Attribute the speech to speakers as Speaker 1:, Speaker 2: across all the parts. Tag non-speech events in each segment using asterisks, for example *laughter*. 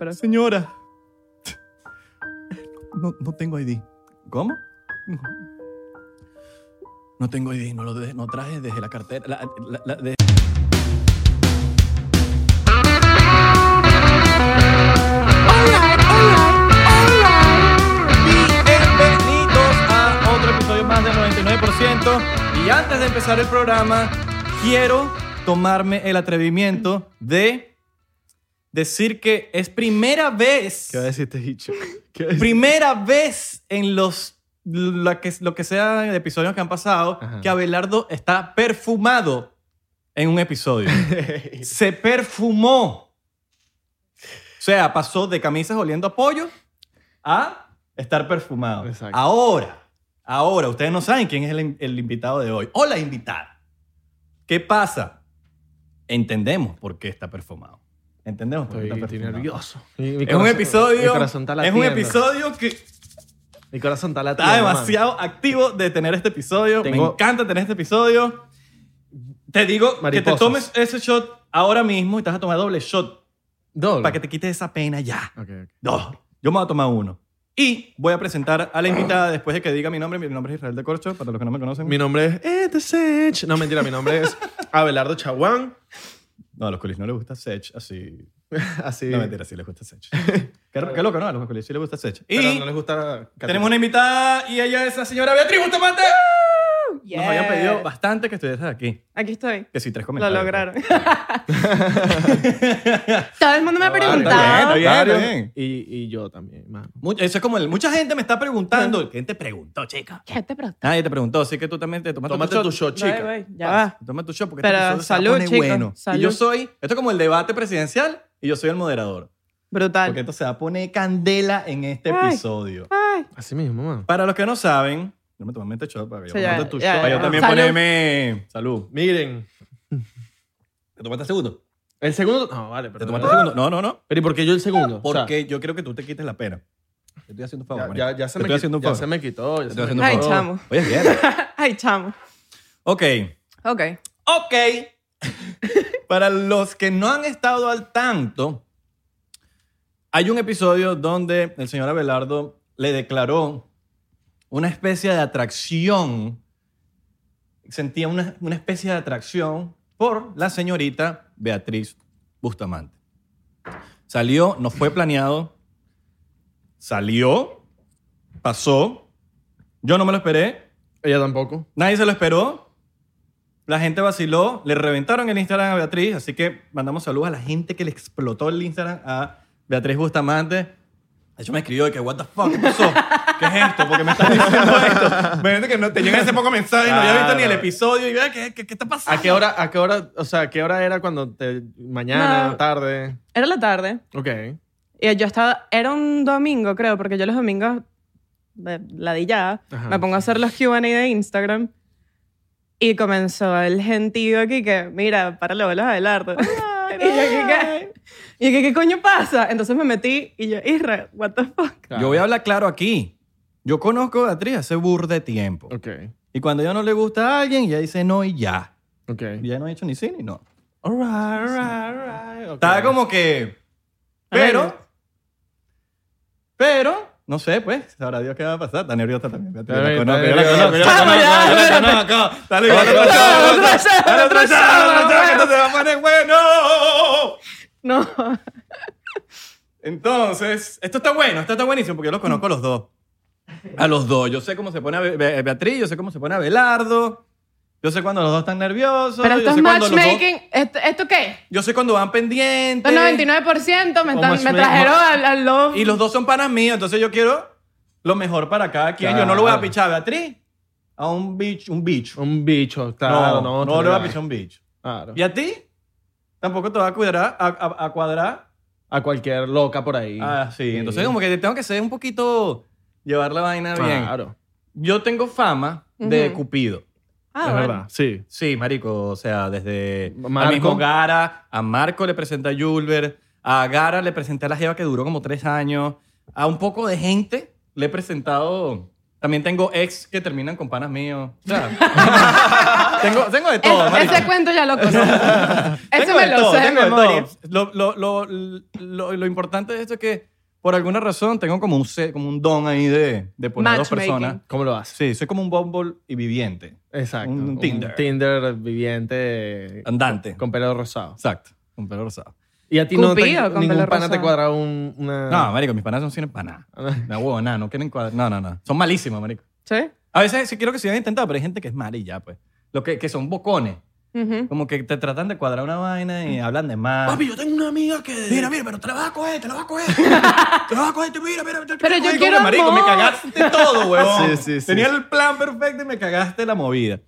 Speaker 1: Pero
Speaker 2: Señora. No, no tengo ID. ¿Cómo? No. No tengo ID, no lo de- no traje desde la cartera. la- la- la- de- Bienvenidos a otro episodio más del 99%. Y antes de empezar el programa, quiero tomarme el atrevimiento de decir que es primera vez.
Speaker 3: ¿Qué va a decir este *laughs* bicho? ¿Qué va a decir?
Speaker 2: *laughs* Primera vez en los la que, lo que sea de episodios que han pasado
Speaker 3: Ajá.
Speaker 2: que Abelardo está perfumado en un episodio. *laughs* Se perfumó. O sea, pasó de camisas oliendo a pollo a estar perfumado.
Speaker 3: Exacto.
Speaker 2: Ahora, ahora, ustedes no saben quién es el, el invitado de hoy o la invitada. ¿Qué pasa? Entendemos por qué está perfumado. Entendemos por qué
Speaker 3: Estoy,
Speaker 2: está
Speaker 3: estoy
Speaker 2: perfumado.
Speaker 3: nervioso. Mi- mi
Speaker 2: Es un
Speaker 3: corazón-
Speaker 2: episodio.
Speaker 3: Mi corazón está
Speaker 2: es
Speaker 3: latiendo.
Speaker 2: un episodio que
Speaker 3: Mi corazón está latiendo.
Speaker 2: está
Speaker 3: man.
Speaker 2: demasiado activo de tener este episodio. Me
Speaker 3: Tengo-
Speaker 2: encanta tener este episodio. Te digo que te
Speaker 3: Mariposas.
Speaker 2: tomes ese shot ahora mismo y te vas a tomar doble shot
Speaker 3: Doble.
Speaker 2: para que te quites esa pena ya.
Speaker 3: Ok, ok.
Speaker 2: No, yo me voy a tomar uno. Y voy a presentar a la invitada después de que diga mi nombre. Mi nombre es Israel de Corcho, para los que no me conocen.
Speaker 3: Mi nombre es Ed Sech. No, mentira, mi nombre *laughs* es Abelardo Chaguán.
Speaker 2: No, a los colis no les gusta Sech, así.
Speaker 3: *laughs* Así.
Speaker 2: No, mentira, sí les gusta Sech.
Speaker 3: *laughs*
Speaker 2: qué, qué loco, ¿no? A los colis sí les gusta Sech. Y
Speaker 3: Pero no les gusta.
Speaker 2: tenemos una invitada y ella es la señora Beatriz Bustamante. Nos habían pedido bastante que estuvieses aquí.
Speaker 1: Aquí estoy.
Speaker 2: Que sí, tres
Speaker 1: Lo
Speaker 2: comentarios. *laughs*
Speaker 1: lograron. Todo el mundo me ha
Speaker 3: Claro, Ah, está
Speaker 2: bien, está
Speaker 1: preguntado.
Speaker 2: bien, está bien.
Speaker 3: Varios. Y, y yo también, mano.
Speaker 2: Mucha, eso es como el, mucha gente me está preguntando. ¿Quién te preguntó, chica?
Speaker 1: ¿Qué te preguntó?
Speaker 2: Nadie te preguntó, así que tú también te tomaste,
Speaker 3: Tómate tu shot,
Speaker 1: Ay,
Speaker 3: chica.
Speaker 1: güey, ya va.
Speaker 2: Toma tu shot porque
Speaker 1: Pero
Speaker 2: este episodio se va a
Speaker 1: salud,
Speaker 2: poner
Speaker 1: chicos,
Speaker 2: bueno.
Speaker 1: salud.
Speaker 2: Y yo soy, esto es como el debate presidencial y yo soy el moderador.
Speaker 1: Brutal.
Speaker 2: Porque esto se va a poner candela en este
Speaker 1: Ay.
Speaker 2: episodio.
Speaker 1: Ay,
Speaker 3: Así mismo, mano.
Speaker 2: Para los que no saben, yo me tomé este shot para que yo,
Speaker 1: Sí, ya,
Speaker 2: me-
Speaker 3: tu
Speaker 1: ya,
Speaker 3: shot.
Speaker 2: para
Speaker 1: ya.
Speaker 2: yo también
Speaker 1: Salud.
Speaker 2: ponerme salud.
Speaker 3: Miren.
Speaker 2: ¿Te tomaste el segundo?
Speaker 3: El segundo. No, vale, pero.
Speaker 2: ¿Te tomaste el segundo? No, no, no.
Speaker 3: Pero ¿y por qué yo el segundo? O sea,
Speaker 2: Porque yo creo que tú te quites la pena. Te estoy haciendo un favor.
Speaker 3: ya,
Speaker 2: marico.
Speaker 3: ya- ya se
Speaker 2: Te
Speaker 3: me
Speaker 2: estoy
Speaker 3: qui-
Speaker 2: haciendo un
Speaker 3: ya
Speaker 2: favor.
Speaker 3: se me quitó.
Speaker 2: Te
Speaker 3: ya se
Speaker 2: estoy haciendo
Speaker 3: me
Speaker 1: Ay,
Speaker 2: un
Speaker 3: quitó.
Speaker 2: favor.
Speaker 1: chamo.
Speaker 2: Oye,
Speaker 1: *laughs*
Speaker 2: bien.
Speaker 1: ay, chamo.
Speaker 2: Ok.
Speaker 1: Ok.
Speaker 2: Ok. Para los que no han estado al tanto, hay un episodio donde el señor Abelardo le declaró una especie de atracción, sentía una, una especie de atracción por la señorita Beatriz Bustamante. Salió, no fue planeado, salió, pasó, yo no me lo esperé,
Speaker 3: Ella tampoco.
Speaker 2: Nadie se lo esperó. La gente vaciló. Le reventaron el Instagram a Beatriz. Así que mandamos saludos a la gente que le explotó el Instagram a Beatriz Bustamante. De hecho, me escribió de que, ¿What the fuck? ¿Qué pasó? ¿Qué es esto? Porque me estás diciendo esto. Me dice que no, te llegan ese poco mensaje y no había visto ni el
Speaker 3: Claro.
Speaker 2: episodio. Y vea, ¿qué, qué, qué está pasando?
Speaker 3: ¿A qué hora, a qué hora, o sea, ¿a qué hora era cuando te, mañana,
Speaker 1: No.
Speaker 3: tarde?
Speaker 1: Era la tarde.
Speaker 3: Ok.
Speaker 1: Y yo estaba, era un domingo, creo, porque yo los domingos, eh, de- ladillada,
Speaker 3: Ajá.
Speaker 1: me pongo a hacer los QA de Instagram. Y comenzó el gentío aquí que, mira, párale bolas a Abelardo. *laughs* y yo, ¿qué, qué? Y yo, ¿qué, qué coño pasa? Entonces me metí y yo, Israel, what the fuck.
Speaker 2: Yo voy a hablar claro aquí. Yo conozco a Beatriz hace burda de tiempo.
Speaker 3: Ok,
Speaker 2: Y cuando ya no le gusta a alguien, ya dice no y ya.
Speaker 3: ok.
Speaker 2: Y ya no he hecho ni sí ni no.
Speaker 3: All right, all right, all right. Ok.
Speaker 2: Estaba como que. Pero. Pero. No sé, pues. Sabrá Dios qué va a pasar. Está nerviosa también. Yo
Speaker 3: Está
Speaker 2: la
Speaker 3: bien,
Speaker 2: conozco,
Speaker 3: está
Speaker 2: yo la conozco,
Speaker 3: bien.
Speaker 2: yo la
Speaker 1: Vamos
Speaker 2: conozco,
Speaker 1: ya,
Speaker 2: yo la
Speaker 1: espérate.
Speaker 2: conozco. Dale, dale, otro
Speaker 1: otro
Speaker 2: shot,
Speaker 1: shot,
Speaker 2: otro shot, otro
Speaker 1: otro
Speaker 2: shot,
Speaker 1: shot,
Speaker 2: otro
Speaker 1: otro
Speaker 2: shot,
Speaker 1: shot.
Speaker 2: que esto se va a poner bueno.
Speaker 1: No.
Speaker 2: Entonces, esto está bueno, esto está buenísimo porque yo los conozco a los dos. A los dos. Yo sé cómo se pone a Be- Be- Beatriz, yo sé cómo se pone a Belardo. Yo sé cuando los dos están nerviosos.
Speaker 1: Pero
Speaker 2: yo
Speaker 1: esto es
Speaker 2: sé cuando los dos-
Speaker 1: matchmaking. ¿Esto, esto qué?
Speaker 2: Yo sé cuando van pendientes.
Speaker 1: Esto 99% me,
Speaker 3: O
Speaker 1: están, me
Speaker 3: matchmaking.
Speaker 1: trajeron al, al love.
Speaker 2: Y los dos son panas míos, entonces yo quiero lo mejor para cada quien. Yo no lo voy a
Speaker 3: Claro.
Speaker 2: pichar a Beatriz, a un bicho. Un bicho.
Speaker 3: Un bicho, claro.
Speaker 2: no, no,
Speaker 3: No,
Speaker 2: le voy a
Speaker 3: claro.
Speaker 2: pichar a un bicho.
Speaker 3: Claro.
Speaker 2: Y a ti, tampoco te va a cuadrar. A, a- a cuadrar.
Speaker 3: A cualquier loca por ahí.
Speaker 2: Ah, sí. Entonces, como que tengo que ser un poquito. llevar la vaina bien.
Speaker 3: Claro.
Speaker 2: Yo tengo fama de
Speaker 1: Ujú.
Speaker 2: Cupido.
Speaker 1: Ah,
Speaker 3: es
Speaker 1: bueno.
Speaker 3: verdad, sí.
Speaker 2: Sí, marico, o sea, desde a
Speaker 3: Marco.
Speaker 2: mismo Gara, a Marco le presenté a Julber, a Gara le presenté a la jeva que duró como tres años, a un poco de gente le he presentado También tengo ex que terminan con panas míos. O sea, *laughs* tengo, tengo de todo.
Speaker 1: Ese-
Speaker 2: marico.
Speaker 1: ese cuento ya lo conozco. Eso
Speaker 2: *laughs* Tengo
Speaker 1: me
Speaker 2: de
Speaker 1: lo
Speaker 2: todo,
Speaker 1: sé de
Speaker 2: tengo de
Speaker 1: memoria.
Speaker 2: todo. Lo, lo, lo, lo- lo importante de esto es que, por alguna razón, tengo como un, se- como un don ahí de, de poner dos
Speaker 1: Matchmaking.
Speaker 2: personas.
Speaker 3: ¿Cómo lo haces?
Speaker 2: Sí, soy como un Bumble y viviente.
Speaker 3: Exacto.
Speaker 2: Un Tinder. Ah,
Speaker 3: Tinder viviente
Speaker 2: Andante.
Speaker 3: con pelo rosado.
Speaker 2: Exacto. Con pelo rosado.
Speaker 3: Y a ti no te,
Speaker 1: Cupido con
Speaker 3: ningún
Speaker 1: pelo
Speaker 3: pana te
Speaker 1: rosado.
Speaker 3: cuadra un, una... *laughs*
Speaker 2: No, marico, mis panas no tienen panas. No, huevo, nada, no quieren cuadrar. No, no, no. Son malísimos, marico.
Speaker 1: ¿Sí?
Speaker 2: A veces sí quiero que se hayan intentado, pero hay gente que es mala y ya, pues. Lo que, que son bocones.
Speaker 1: Ujú.
Speaker 2: Como que te tratan de cuadrar una vaina y hablan de más.
Speaker 4: Papi, yo tengo una amiga que. Mira, mira, pero te la vas a coger, te la vas a
Speaker 2: *laughs*
Speaker 4: coger. te la vas a coger, te- mira, mira. te-
Speaker 1: Pero
Speaker 2: Ay,
Speaker 1: yo
Speaker 2: como
Speaker 1: quiero
Speaker 2: que, marico, me
Speaker 1: amor.
Speaker 2: cagaste todo, huevón. *laughs*
Speaker 3: Sí, sí, sí.
Speaker 2: Tenía el plan perfecto y me cagaste la movida.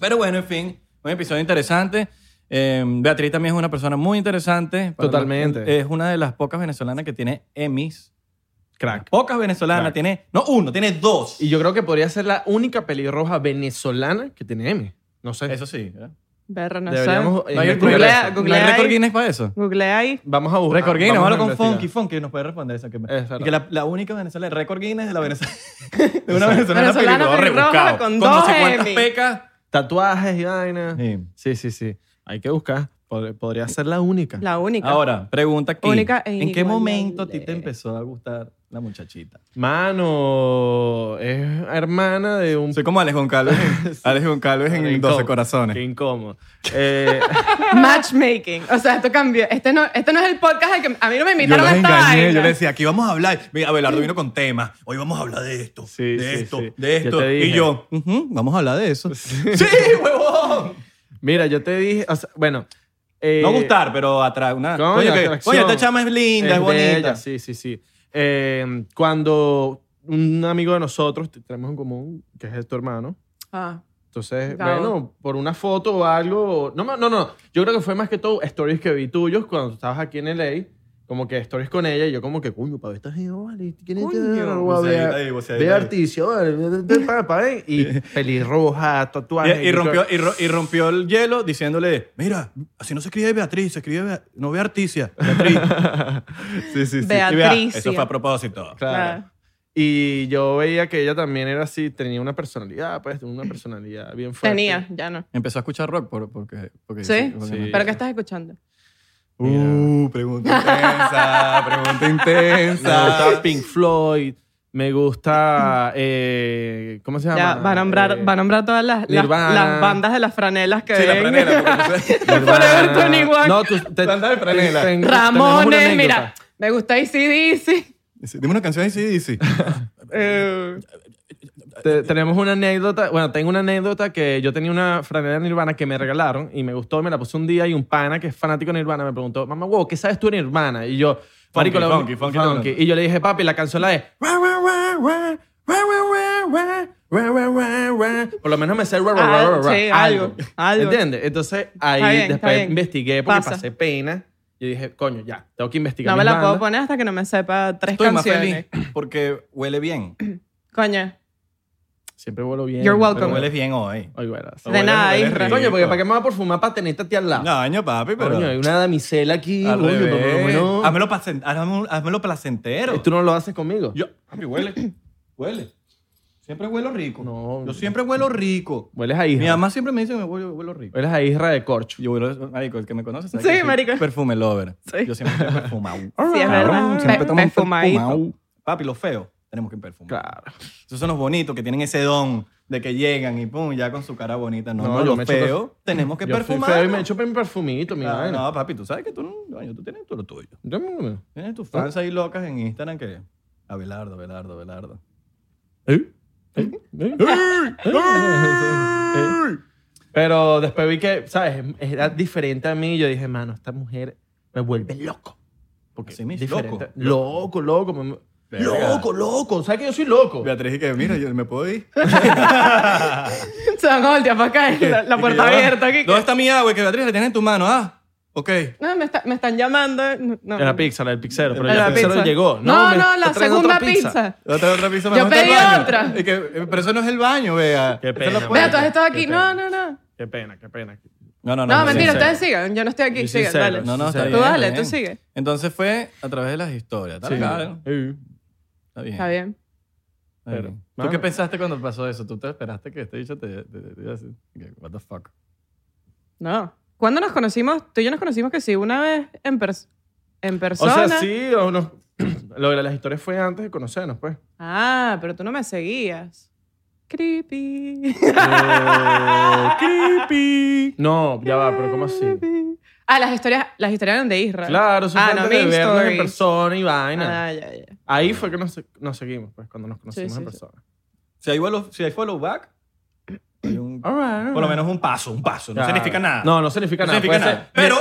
Speaker 2: Pero bueno, en fin, un episodio interesante. Eh, Beatriz también es una persona muy interesante. Para-
Speaker 3: Totalmente.
Speaker 2: Es una de las pocas venezolanas que tiene Emmys.
Speaker 3: Crack.
Speaker 2: Pocas venezolanas.
Speaker 3: Crack.
Speaker 2: Tiene, no uno, tiene dos.
Speaker 3: Y yo creo que podría ser la única pelirroja venezolana que tiene M. No sé.
Speaker 2: Eso sí. ¿eh?
Speaker 1: Berro, no sé.
Speaker 3: Deberíamos
Speaker 2: No hay,
Speaker 3: investigar
Speaker 2: Google-
Speaker 3: eso.
Speaker 1: Googlea-
Speaker 2: no hay
Speaker 1: googlea ahí.
Speaker 2: récord Guinness para eso.
Speaker 1: Google ahí.
Speaker 3: Vamos a buscar.
Speaker 2: Récord Guinness,
Speaker 3: vamos a
Speaker 2: hablo con
Speaker 3: investigar.
Speaker 2: Funky. Funky nos puede responder eso. Que,
Speaker 3: Esa es
Speaker 2: y
Speaker 3: la-
Speaker 2: que la, la única venezolana, *laughs* récord Guinness de la Venezuela. de una venezolana,
Speaker 1: Venezolana
Speaker 2: pelirroja,
Speaker 1: pelirroja
Speaker 2: rebuscado,
Speaker 1: con
Speaker 2: no
Speaker 1: dos
Speaker 2: sé cuántas
Speaker 1: Emmy.
Speaker 2: pecas.
Speaker 3: Tatuajes y vainas.
Speaker 2: Sí.
Speaker 3: Sí, sí, sí. Hay que buscar. Pod- podría ser la única.
Speaker 1: La única.
Speaker 2: Ahora, pregunta aquí.
Speaker 1: Única e
Speaker 2: ¿En qué
Speaker 1: inigualable.
Speaker 2: momento a ti te empezó a gustar la muchachita?
Speaker 3: Mano, es hermana de un...
Speaker 2: Soy como Alex Goncalves. *laughs* Alex Goncalves
Speaker 3: Qué
Speaker 2: en
Speaker 3: incómodo.
Speaker 2: 12 corazones.
Speaker 3: Qué incómodo. Eh,
Speaker 1: *laughs*
Speaker 3: *laughs*
Speaker 1: Matchmaking. O sea, esto cambió. Este no, este no es el podcast al que a mí no me invitaron a esta vaina.
Speaker 2: yo les decía, aquí vamos a hablar. Mira, Abelardo vino con temas. Hoy vamos a hablar de esto,
Speaker 3: Mm. Sí,
Speaker 2: de
Speaker 3: sí,
Speaker 2: esto,
Speaker 3: sí.
Speaker 2: de
Speaker 3: Yo
Speaker 2: esto.
Speaker 3: te dije.
Speaker 2: Y yo, "Ujú, vamos a hablar de eso. *laughs* ¡Sí, huevón!
Speaker 3: mira, yo te dije... o sea, bueno... eh,
Speaker 2: no gustar, pero atraer una...
Speaker 3: Coño,
Speaker 2: Coño, que-
Speaker 3: atracción.
Speaker 2: "Oye, esta chama es linda, es,
Speaker 3: Es
Speaker 2: bonita.
Speaker 3: bella, sí, sí, sí. Eh, cuando un amigo de nosotros, t- tenemos en común, que es tu hermano,
Speaker 1: Ah,
Speaker 3: entonces,
Speaker 1: Gabo.
Speaker 3: bueno, por una foto o algo, no, ma- no, no, yo creo que fue más que todo stories que vi tuyos cuando estabas aquí en LA, como que stories con ella, y yo como que, coño, para ver esta gente, oh, vale, ¿quién es
Speaker 1: Coño.
Speaker 3: este? Guau,
Speaker 2: Voceadita
Speaker 3: ve-
Speaker 2: Pues ahí, voceadita
Speaker 3: Ve
Speaker 2: ahí.
Speaker 3: artista, vale, ve- ve- ve- pa- pa- eh,
Speaker 2: *laughs*
Speaker 3: y pelirroja,
Speaker 2: Y,
Speaker 3: tatuaje.
Speaker 2: y
Speaker 3: yo
Speaker 2: rompió,
Speaker 3: creo-
Speaker 2: y, ro- y rompió el hielo diciéndole,
Speaker 4: Mira, así no se escribe Beatriz, se escribe. Bea- No Beatricia, Beatriz.
Speaker 3: *laughs* Sí, sí, sí.
Speaker 2: "Y vea, eso
Speaker 1: Beatricia.
Speaker 2: fue a propósito.
Speaker 3: Claro.
Speaker 1: Ah.
Speaker 3: Y yo veía que ella también era así, tenía una personalidad, pues, una personalidad bien fuerte.
Speaker 1: Tenía, ya no.
Speaker 2: Empezó a escuchar rock por- porque... porque
Speaker 1: ¿Sí?
Speaker 2: porque
Speaker 3: Sí.
Speaker 2: no-
Speaker 1: ¿Pero qué estás escuchando?
Speaker 2: Uh, pregunta
Speaker 3: *laughs*
Speaker 2: intensa, pregunta
Speaker 3: Me
Speaker 2: intensa.
Speaker 3: gusta Pink Floyd. Me gusta. eh, ¿Cómo se llama?
Speaker 1: Ya, va a nombrar,
Speaker 3: Eh,
Speaker 1: va a nombrar todas las, las,
Speaker 3: Nirvana.
Speaker 1: las bandas de las franelas que
Speaker 2: Sí, la
Speaker 1: ven. *laughs*
Speaker 2: franela, porque no sé.
Speaker 3: Nirvana.
Speaker 1: Forever 21.
Speaker 3: No, tú. Te,
Speaker 2: Banda de franela.
Speaker 3: tengo- tenemos Este, una
Speaker 1: Ramones, mira.
Speaker 3: anécdota.
Speaker 1: Me gusta ACDC.
Speaker 2: Dice, Dime una canción ahí, sí, dice.
Speaker 1: Eh,
Speaker 3: Te- tenemos una anécdota. Bueno, tengo una anécdota que yo tenía una franela de Nirvana que me regalaron y me gustó. Me la puse un día y un pana que es fanático de Nirvana me preguntó, mamá, wow, ¿qué sabes tú de Nirvana? Y yo, "Marico, la-
Speaker 2: funky, funky,
Speaker 3: funky". Y yo le dije, papi, la canción la es. Por lo menos me sé ra, ra, ra, ra, ra,
Speaker 1: Ah, sí, algo, algo.
Speaker 3: ¿Entiendes? Entonces ahí
Speaker 1: Está bien, está
Speaker 3: después
Speaker 1: bien.
Speaker 3: investigué porque
Speaker 1: Pasa.
Speaker 3: pasé pena. Yo dije, coño, ya, tengo que investigar.
Speaker 1: no me
Speaker 3: mis
Speaker 1: la puedo
Speaker 3: bandas.
Speaker 1: poner hasta que no me sepa tres
Speaker 2: Estoy más
Speaker 1: canciones.
Speaker 2: feliz porque huele bien.
Speaker 1: Coño, *laughs*
Speaker 3: Siempre vuelo bien.
Speaker 1: You're welcome.
Speaker 2: Pero
Speaker 3: Pero
Speaker 2: hueles bien hoy.
Speaker 3: Ay, gracias.
Speaker 1: de nada,
Speaker 2: huele
Speaker 1: Isra.
Speaker 2: rico.
Speaker 3: Coño, porque ¿para qué me voy a perfumar para tenerte a ti al lado?
Speaker 2: No, año, papi, pero...
Speaker 3: Coño, hay una damisela aquí.
Speaker 2: al
Speaker 3: coño,
Speaker 2: revés. Ah,
Speaker 3: por lo menos.
Speaker 2: Hazmelo, placen- hazmelo- hazmelo placentero.
Speaker 3: ¿Tú no lo haces conmigo?
Speaker 2: Yo, papi, huele. Huele. Siempre huelo rico.
Speaker 3: No.
Speaker 2: Yo siempre huelo rico.
Speaker 3: Hueles a Isra.
Speaker 2: Mi mamá siempre me dice que huelo, huelo rico.
Speaker 3: Hueles a Isra de corcho.
Speaker 2: Yo huelo, marico, el que me conoce sabe
Speaker 1: Sí,
Speaker 2: que soy
Speaker 1: marico.
Speaker 2: Perfume lover.
Speaker 1: Sí.
Speaker 2: Yo siempre estoy perfumado.
Speaker 1: *laughs* Sí, es verdad.
Speaker 2: Cabrón, siempre
Speaker 1: Pe-
Speaker 2: estamos
Speaker 1: perfumadito.
Speaker 2: perfumados. Papi, los feos tenemos que perfumar.
Speaker 3: Claro.
Speaker 2: Esos son los bonitos que tienen ese don de que llegan y pum, ya con su cara bonita. No,
Speaker 3: No,
Speaker 2: no,
Speaker 3: yo
Speaker 2: los
Speaker 3: me echo
Speaker 2: feos tenemos que
Speaker 3: Yo soy
Speaker 2: perfumar.
Speaker 3: feo y me echo mi perfumito, mi
Speaker 2: Ah,
Speaker 3: vaina.
Speaker 2: no, papi, tú sabes que tú, no- coño, tú tienes todo lo tuyo.
Speaker 3: Dame-
Speaker 2: Tienes tus
Speaker 3: ¿Ah?
Speaker 2: fans ahí locas en Instagram que... Abelardo, Abelardo, Abelardo.
Speaker 3: ¿Eh? ¿Eh? ¿Eh? *laughs* ¿Eh? Pero después vi que, ¿sabes? Era diferente a mí. Yo dije, mano, esta mujer me vuelve loco. Porque
Speaker 2: Así mismo,
Speaker 3: diferente. Loco, loco. me-
Speaker 2: Verga.
Speaker 3: Loco, loco. ¿Sabes que yo soy loco?
Speaker 2: Beatriz y que, mira, yo me puedo ir.
Speaker 1: se van a voltear para acá. La, la
Speaker 2: Y que
Speaker 1: puerta
Speaker 2: yo,
Speaker 1: abierta aquí.
Speaker 2: ¿Dónde está mi agua? Que Beatriz la tiene en tu mano. Ah, ok.
Speaker 1: No, me, está- me están llamando. No, no.
Speaker 3: Era pizza, la del pizzero. Pero
Speaker 2: Era
Speaker 3: ya
Speaker 1: La
Speaker 3: el pizzero
Speaker 1: pizza.
Speaker 3: llegó.
Speaker 1: No, no,
Speaker 3: me-
Speaker 1: la
Speaker 3: me traen otra
Speaker 1: segunda pizza.
Speaker 2: Otra, otra pizza. me
Speaker 1: Yo
Speaker 2: manda al
Speaker 1: pedí
Speaker 2: baño.
Speaker 1: otra.
Speaker 2: Y que, eh, pero eso no es el baño, vea.
Speaker 3: Qué
Speaker 2: Esa es la
Speaker 3: pena, man.
Speaker 1: Vea,
Speaker 2: puerta.
Speaker 1: todos estos aquí.
Speaker 3: Qué
Speaker 1: No,
Speaker 3: pena.
Speaker 1: no, no.
Speaker 3: Qué pena, qué pena.
Speaker 2: No, no, no.
Speaker 1: No,
Speaker 2: no,
Speaker 1: mentira,
Speaker 2: sincero.
Speaker 1: ustedes sigan. Yo no estoy aquí.
Speaker 3: Yo
Speaker 1: Sigan,
Speaker 3: sincero.
Speaker 1: dale.
Speaker 2: No, no, está
Speaker 3: Tú
Speaker 2: bien.
Speaker 1: dale,
Speaker 2: está
Speaker 1: tú
Speaker 2: bien.
Speaker 1: sigue.
Speaker 2: Entonces fue a través de las historias. Está
Speaker 3: Sí.
Speaker 2: claro.
Speaker 3: Sí.
Speaker 2: Está bien.
Speaker 1: Está bien.
Speaker 3: Pero,
Speaker 2: ¿Tú
Speaker 3: mano,
Speaker 2: qué pensaste cuando pasó eso? ¿Tú te esperaste que este bicho te, te, te iba a decir, que, what the fuck?
Speaker 1: No. ¿Cuándo nos conocimos? Tú y yo nos conocimos que sí, una vez en, pers- en
Speaker 3: O
Speaker 1: persona.
Speaker 3: sea, sí, o no- *clears throat* lo de las historias fue antes de conocernos,
Speaker 1: *laughs*
Speaker 3: pues.
Speaker 1: Ah, pero tú no me seguías. Creepy.
Speaker 3: Eh, creepy. No, ya va, pero ¿cómo así?
Speaker 1: Ah, las historias, las historias eran de Israel.
Speaker 3: Claro, eso
Speaker 1: Ah,
Speaker 3: fue
Speaker 1: no,
Speaker 3: antes de
Speaker 1: mi
Speaker 3: vernos en
Speaker 1: stories.
Speaker 3: persona y vaina.
Speaker 1: Ah, ya, ya.
Speaker 3: Ahí fue que nos, nos seguimos, pues, cuando nos conocimos
Speaker 1: Sí, sí,
Speaker 3: en
Speaker 1: sí.
Speaker 3: persona.
Speaker 2: Si hay, follow, si hay follow back, hay un-
Speaker 3: All right, all right.
Speaker 2: por lo menos un paso, un paso. No
Speaker 3: Claro.
Speaker 2: significa nada.
Speaker 3: No, no significa
Speaker 2: No
Speaker 3: nada.
Speaker 2: significa
Speaker 3: Puede
Speaker 2: nada.
Speaker 3: ser-
Speaker 2: Pero,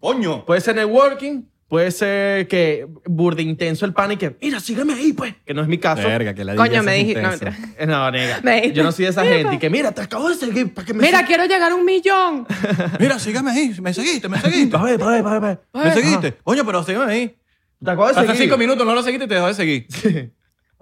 Speaker 2: coño.
Speaker 3: Puede ser networking, puede ser que burde intenso el pan y que, mira, sígueme ahí, pues. Que no es mi caso.
Speaker 2: que la
Speaker 1: Coño, me dijiste. No, mentira.
Speaker 3: Eh, No, nega.
Speaker 1: Me dijiste,
Speaker 3: Yo no soy de esa gente y que, mira,
Speaker 4: Mira, te acabo de seguir para que me
Speaker 1: Mira, quiero llegar a un millón. *laughs*
Speaker 4: sig- Mira, sígame ahí, me seguiste, me seguiste.
Speaker 3: pa' ver, pa' ver, pa' ver, pa' ver.
Speaker 2: Me seguiste. Coño, pero sígueme ahí.
Speaker 3: Te acabo de
Speaker 2: Hace
Speaker 3: seguir.
Speaker 2: cinco minutos no lo seguiste y te dejó de
Speaker 3: *laughs*
Speaker 2: seguir.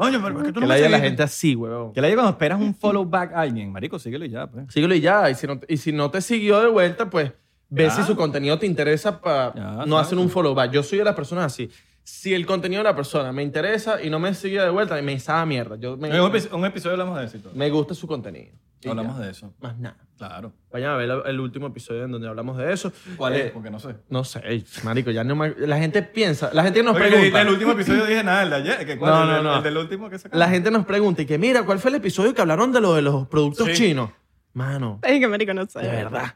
Speaker 4: Oye, pero ¿por qué tú
Speaker 3: Que
Speaker 4: no me
Speaker 3: la haya la
Speaker 4: seguiste?
Speaker 3: gente así, huevón.
Speaker 2: Que le digo cuando esperas un follow back a alguien. Marico, síguelo y ya, pues.
Speaker 3: Síguelo y ya. Y si no, y si no te siguió de vuelta, pues ve
Speaker 2: Ya.
Speaker 3: si su contenido te interesa para
Speaker 2: Ya,
Speaker 3: no
Speaker 2: claro.
Speaker 3: hacer un follow back. Yo soy de las personas así. Si el contenido de la persona me interesa y no me sigue de vuelta, me sabe a mierda. Yo me,
Speaker 2: En un, epi- un episodio hablamos de eso. y todo.
Speaker 3: me gusta su contenido. Y
Speaker 2: Hablamos
Speaker 3: ya.
Speaker 2: de eso.
Speaker 3: Más nada.
Speaker 2: Claro.
Speaker 3: Vayan a ver el- el último episodio en donde hablamos de eso.
Speaker 2: ¿Cuál
Speaker 3: Eh,
Speaker 2: es? Porque no sé.
Speaker 3: No sé, marico, ya no me- La gente piensa, la gente nos
Speaker 2: Porque
Speaker 3: pregunta.
Speaker 2: el último episodio dije nada, el de ayer. que cuál,
Speaker 3: No,
Speaker 2: el,
Speaker 3: no,
Speaker 2: del-
Speaker 3: no.
Speaker 2: el del último que sacamos.
Speaker 3: La gente nos pregunta y que mira, ¿cuál fue el episodio que hablaron de lo de los productos
Speaker 2: Sí.
Speaker 3: chinos? Mano,
Speaker 1: Ay, que marico, no sé.
Speaker 3: de verdad.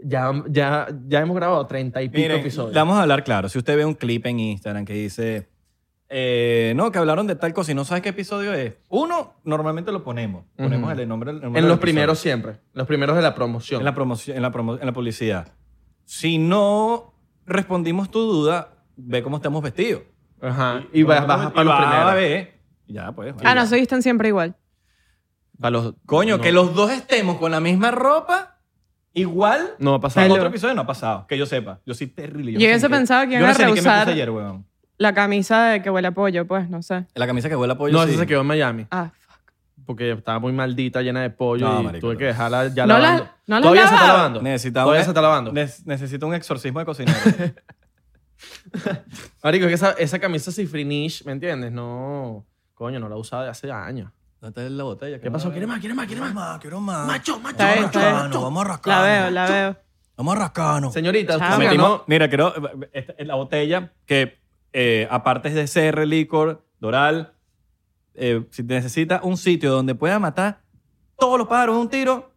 Speaker 3: Ya, ya, ya hemos grabado treinta y pico
Speaker 2: Miren,
Speaker 3: episodios.
Speaker 2: vamos a hablar claro. Si usted ve un clip en Instagram que dice, eh, no, que hablaron de tal cosa y no sabes qué episodio es, uno normalmente lo ponemos. Ponemos
Speaker 3: Ujú.
Speaker 2: el nombre. el número del
Speaker 3: en los
Speaker 2: episodio.
Speaker 3: primeros siempre. Los primeros de la promoción.
Speaker 2: En la, promoción, en, la promo- en la publicidad. Si no respondimos tu duda, ve cómo estamos vestidos.
Speaker 3: Ajá. Y, vas, vas
Speaker 2: Y
Speaker 3: para los
Speaker 2: vas a
Speaker 3: primeros.
Speaker 2: ver. Ya, pues.
Speaker 1: Ah,
Speaker 2: bueno.
Speaker 1: no, soy tan siempre igual.
Speaker 3: Pa' los-
Speaker 2: Coño,
Speaker 3: no.
Speaker 2: que los dos estemos con la misma ropa, igual.
Speaker 3: No ha pasado.
Speaker 2: En
Speaker 1: Hello.
Speaker 2: otro episodio no ha pasado, que yo sepa. Yo soy terrible.
Speaker 1: Yo
Speaker 2: no sé
Speaker 1: hubiese
Speaker 2: ni qué-
Speaker 1: pensado que
Speaker 2: yo
Speaker 1: iban
Speaker 2: no
Speaker 1: a
Speaker 2: sé ni qué me
Speaker 1: rehusar-
Speaker 2: puse ayer, weón.
Speaker 1: La camisa de que huele a pollo, pues, no sé.
Speaker 2: La camisa que huele a pollo.
Speaker 3: No,
Speaker 2: sí.
Speaker 3: esa se quedó en Miami.
Speaker 1: Ah, fuck.
Speaker 3: Porque estaba muy maldita, llena de pollo
Speaker 2: No,
Speaker 3: y
Speaker 2: marico,
Speaker 3: tuve
Speaker 2: no.
Speaker 3: que dejarla ya
Speaker 1: No la-
Speaker 3: lavando.
Speaker 1: no la
Speaker 3: Todavía se está
Speaker 1: lavaba.
Speaker 3: lavando.
Speaker 2: Necesita
Speaker 3: Todavía
Speaker 2: un-
Speaker 3: se está lavando.
Speaker 2: Ne- necesito un exorcismo de cocinero.
Speaker 3: Marico, es que esa, esa camisa cifrinish, ¿me entiendes? No, coño, no la usaba de hace años.
Speaker 2: *laughs* ¿Dónde está la botella?
Speaker 3: ¿Qué pasó? ¿Quiere más?
Speaker 4: Quiero más, quiero más, quiero más.
Speaker 3: Macho, macho.
Speaker 1: Está bien,
Speaker 4: Vamos a
Speaker 1: está bien.
Speaker 4: rascarnos, vamos a
Speaker 1: La
Speaker 4: rascarnos.
Speaker 1: veo, la veo.
Speaker 4: Vamos a rascarnos.
Speaker 3: Señorita, usted
Speaker 1: Chao.
Speaker 3: se
Speaker 1: La
Speaker 2: metimos-
Speaker 3: ganó.
Speaker 2: Mira, creo. esta es la botella que, eh, aparte es de CR Licor, Doral, eh, si te necesita un sitio donde pueda matar todos los pájaros de un tiro,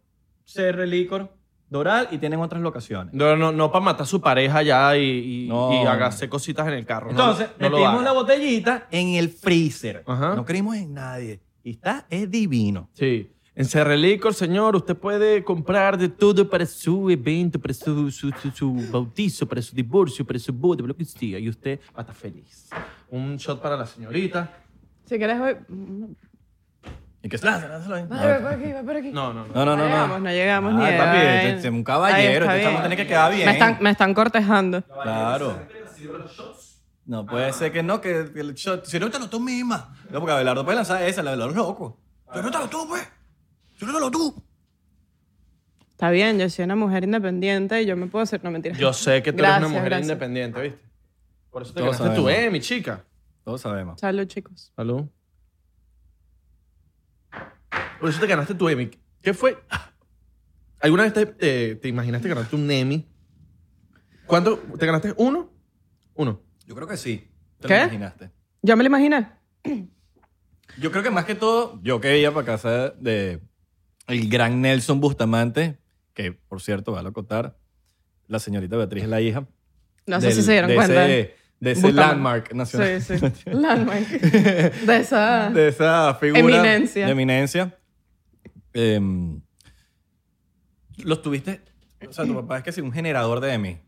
Speaker 2: CR Licor, Doral y tienen otras locaciones.
Speaker 3: No, no, no para matar a su pareja ya y, y,
Speaker 2: No.
Speaker 3: y hacerse cositas en el carro. No,
Speaker 2: Entonces,
Speaker 3: no lo
Speaker 2: metimos
Speaker 3: haga.
Speaker 2: la botellita en el freezer.
Speaker 3: Ajá.
Speaker 2: No creímos en nadie. Y está, es divino.
Speaker 3: Sí. En Cerre Licor, señor, usted puede comprar de todo para su evento, para su, su, su- su bautizo, para su divorcio, para su boda, lo que sea. Y usted va a estar feliz. Un shot para la señorita.
Speaker 1: Si quieres voy...
Speaker 2: ¿Y qué es? Lázalo, lázalo ahí.
Speaker 1: Vale, va por aquí, va por aquí.
Speaker 3: No, no, no.
Speaker 2: No, no,
Speaker 1: No
Speaker 2: no, no.
Speaker 1: llegamos, no llegamos ni
Speaker 2: Ay,
Speaker 1: a-
Speaker 2: papi, este- este es un caballero,
Speaker 1: Ay, está
Speaker 2: este chamo
Speaker 1: bien.
Speaker 2: tiene que quedar bien.
Speaker 1: Me están, me están cortejando.
Speaker 2: Claro. Ah. No puede ser que no, que, que el shot. Si no, te
Speaker 4: Suéltalo
Speaker 2: lo-
Speaker 4: tú misma.
Speaker 2: no, porque Abelardo puede lanzar esa, la Abelardo es loco.
Speaker 4: Suéltalo tú, pues. Suéltalo tú.
Speaker 1: Está bien, yo soy una mujer independiente y yo me puedo hacer... No, mentira.
Speaker 3: Yo sé que tú eres
Speaker 1: Gracias,
Speaker 3: una mujer
Speaker 1: gracias.
Speaker 3: independiente, ¿viste? Por eso te
Speaker 2: Todos
Speaker 3: ganaste tu
Speaker 2: sabemos.
Speaker 3: Emmy, chica.
Speaker 2: Todos sabemos.
Speaker 1: Salud, chicos.
Speaker 3: Salud. Por eso te ganaste tu Emmy. ¿Qué fue? ¿Alguna vez te, eh, te- te imaginaste ganarte un Emmy? ¿Cuánto? ¿Te ganaste uno? Uno.
Speaker 2: Yo creo que sí. Te
Speaker 1: ¿Qué?
Speaker 2: lo imaginaste.
Speaker 1: ¿Ya me lo imaginé?
Speaker 2: Yo creo que más que todo, yo que iba para casa de el gran Nelson Bustamante, que por cierto, va a acotar, la señorita Beatriz es la hija.
Speaker 1: No sé
Speaker 2: del-
Speaker 1: si se dieron
Speaker 2: de *laughs*
Speaker 1: cuenta.
Speaker 2: Ese, de ese
Speaker 1: Bustamante.
Speaker 2: landmark
Speaker 1: Sí,
Speaker 2: nacional.
Speaker 1: sí. Landmark.
Speaker 2: *laughs*
Speaker 1: De esa...
Speaker 2: de esa figura.
Speaker 1: Eminencia.
Speaker 2: De eminencia. Em, los tuviste. O sea, tu papá es que sí, un generador de EMI.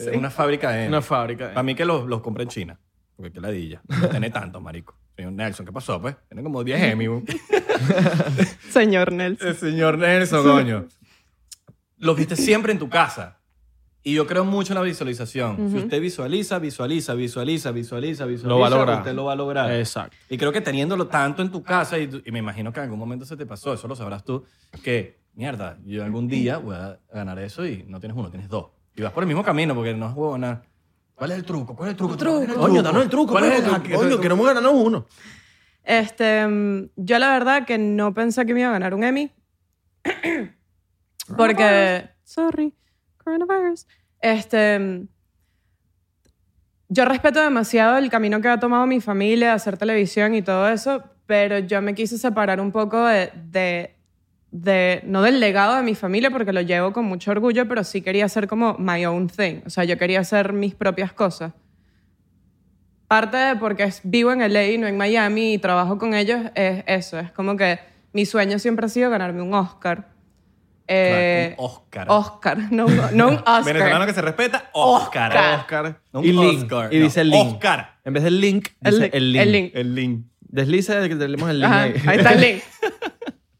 Speaker 2: Eh, Una fábrica de EMI.
Speaker 3: Una fábrica.
Speaker 2: Para mí que los, los compré en China. Porque qué ladilla. No tiene tantos, marico. Señor Nelson, ¿qué pasó, pues? Tiene como 10 EMI. bu.
Speaker 1: Señor Nelson.
Speaker 2: El señor Nelson, coño. Los viste siempre en tu casa. Y yo creo mucho en la visualización. Si usted visualiza, visualiza, visualiza, visualiza, visualiza,
Speaker 3: Lo va a lograr.
Speaker 2: usted lo va a lograr.
Speaker 3: Exacto.
Speaker 2: Y creo que teniéndolo tanto en tu casa, y, tú- y me imagino que en algún momento se te pasó, eso lo sabrás tú, que mierda, yo algún día voy a ganar eso y no tienes uno, tienes dos. Y vas por el mismo camino porque no es huevona.
Speaker 4: ¿Cuál es el truco? ¿Cuál es el truco?
Speaker 1: Truco.
Speaker 4: ¿Cuál es el
Speaker 3: Coño, danos el truco.
Speaker 2: ¿Cuál
Speaker 3: coño,
Speaker 2: es el
Speaker 3: que-
Speaker 2: truco?
Speaker 3: Coño, queremos ganarnos uno.
Speaker 1: Este, mm, yo la verdad que no pensé que me iba a ganar un Emmy. *clears throat* porque. Sorry, coronavirus. Este. mm, Yo respeto demasiado el camino que ha tomado mi familia, hacer televisión y todo eso, pero yo me quise separar un poco de- de de, no del legado de mi familia, porque lo llevo con mucho orgullo, pero sí quería hacer como my own thing. O sea, yo quería hacer mis propias cosas. Parte de porque es- vivo en LA y no en Miami y trabajo con ellos es eso. Es como que mi sueño siempre ha sido ganarme un Oscar. Eh,
Speaker 2: Claro, un Oscar.
Speaker 1: Oscar, no, un- no un Oscar.
Speaker 2: Venezolano que se respeta, Oscar.
Speaker 1: Oscar.
Speaker 3: Oscar.
Speaker 2: No,
Speaker 3: y
Speaker 2: un
Speaker 3: link.
Speaker 2: Oscar,
Speaker 3: y
Speaker 2: no,
Speaker 3: dice link.
Speaker 2: Oscar.
Speaker 3: En vez de link, dice el link.
Speaker 1: el link.
Speaker 2: El link.
Speaker 3: Desliza el que tenemos el link.
Speaker 1: Ajá,
Speaker 3: ahí.
Speaker 1: ahí está el link.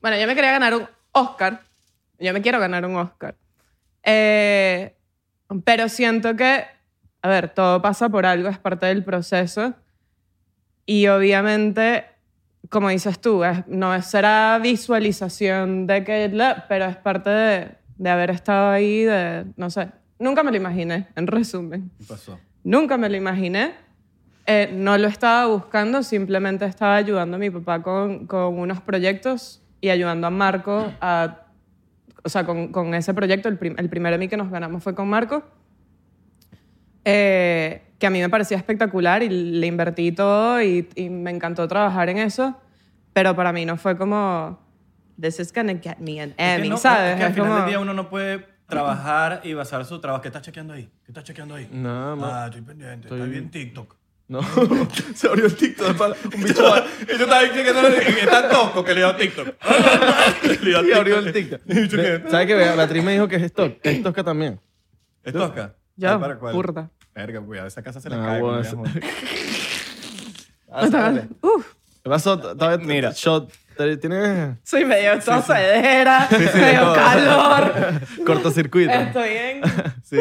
Speaker 1: Bueno, yo me quería ganar un Oscar. Yo me quiero ganar un Oscar. Eh, pero siento que, a ver, todo pasa por algo, es parte del proceso. Y obviamente, como dices tú, es- no será visualización de que, la- pero es parte de, de haber estado ahí, de, no sé, nunca me lo imaginé, en resumen.
Speaker 2: ¿Qué pasó?
Speaker 1: Nunca me lo imaginé. Eh, no lo estaba buscando, simplemente estaba ayudando a mi papá con, con unos proyectos y ayudando a Marco a... O sea, con, con ese proyecto, el, prim- el primer Emmy que nos ganamos fue con Marco, eh, que a mí me parecía espectacular y le invertí todo y, y me encantó trabajar en eso, pero para mí no fue como... This is gonna get me an
Speaker 2: Es que
Speaker 1: Emmy,
Speaker 2: no,
Speaker 1: Eh, ¿sabes?
Speaker 2: Es que al
Speaker 1: Es
Speaker 2: final
Speaker 1: como-
Speaker 2: del día uno no puede trabajar y basar su trabajo. ¿Qué estás chequeando ahí? ¿Qué estás chequeando ahí?
Speaker 3: No, ma-
Speaker 4: Ah, estoy pendiente.
Speaker 3: Estoy-
Speaker 4: Está bien TikTok.
Speaker 3: No. *laughs*
Speaker 2: Se abrió el TikTok de pala. Un bicho. y yo estaba chequeando. Está tosco que le dio TikTok. le
Speaker 3: *laughs* Y abrió el TikTok.
Speaker 2: dicho que-
Speaker 3: Ve- ¿Sabes qué? Beatriz me dijo que es stock. Es tosca también.
Speaker 2: ¿Es tosca?
Speaker 1: Ya,
Speaker 2: Ay, para cuál.
Speaker 1: burda.
Speaker 2: Verga, cuidado, esa casa se le
Speaker 3: No,
Speaker 2: cae.
Speaker 3: Ah, bueno,
Speaker 2: cuando
Speaker 3: eso-
Speaker 2: veamos.
Speaker 1: Uf,
Speaker 3: ¿Qué pasó? Todavía t-
Speaker 2: Mira.
Speaker 3: Shot. Te- Tienes
Speaker 1: *laughs* soy medio tosedera,
Speaker 2: sí, de
Speaker 1: medio
Speaker 2: todo. *laughs*
Speaker 1: calor.
Speaker 3: cortocircuito.
Speaker 1: Estoy en.
Speaker 2: Sí.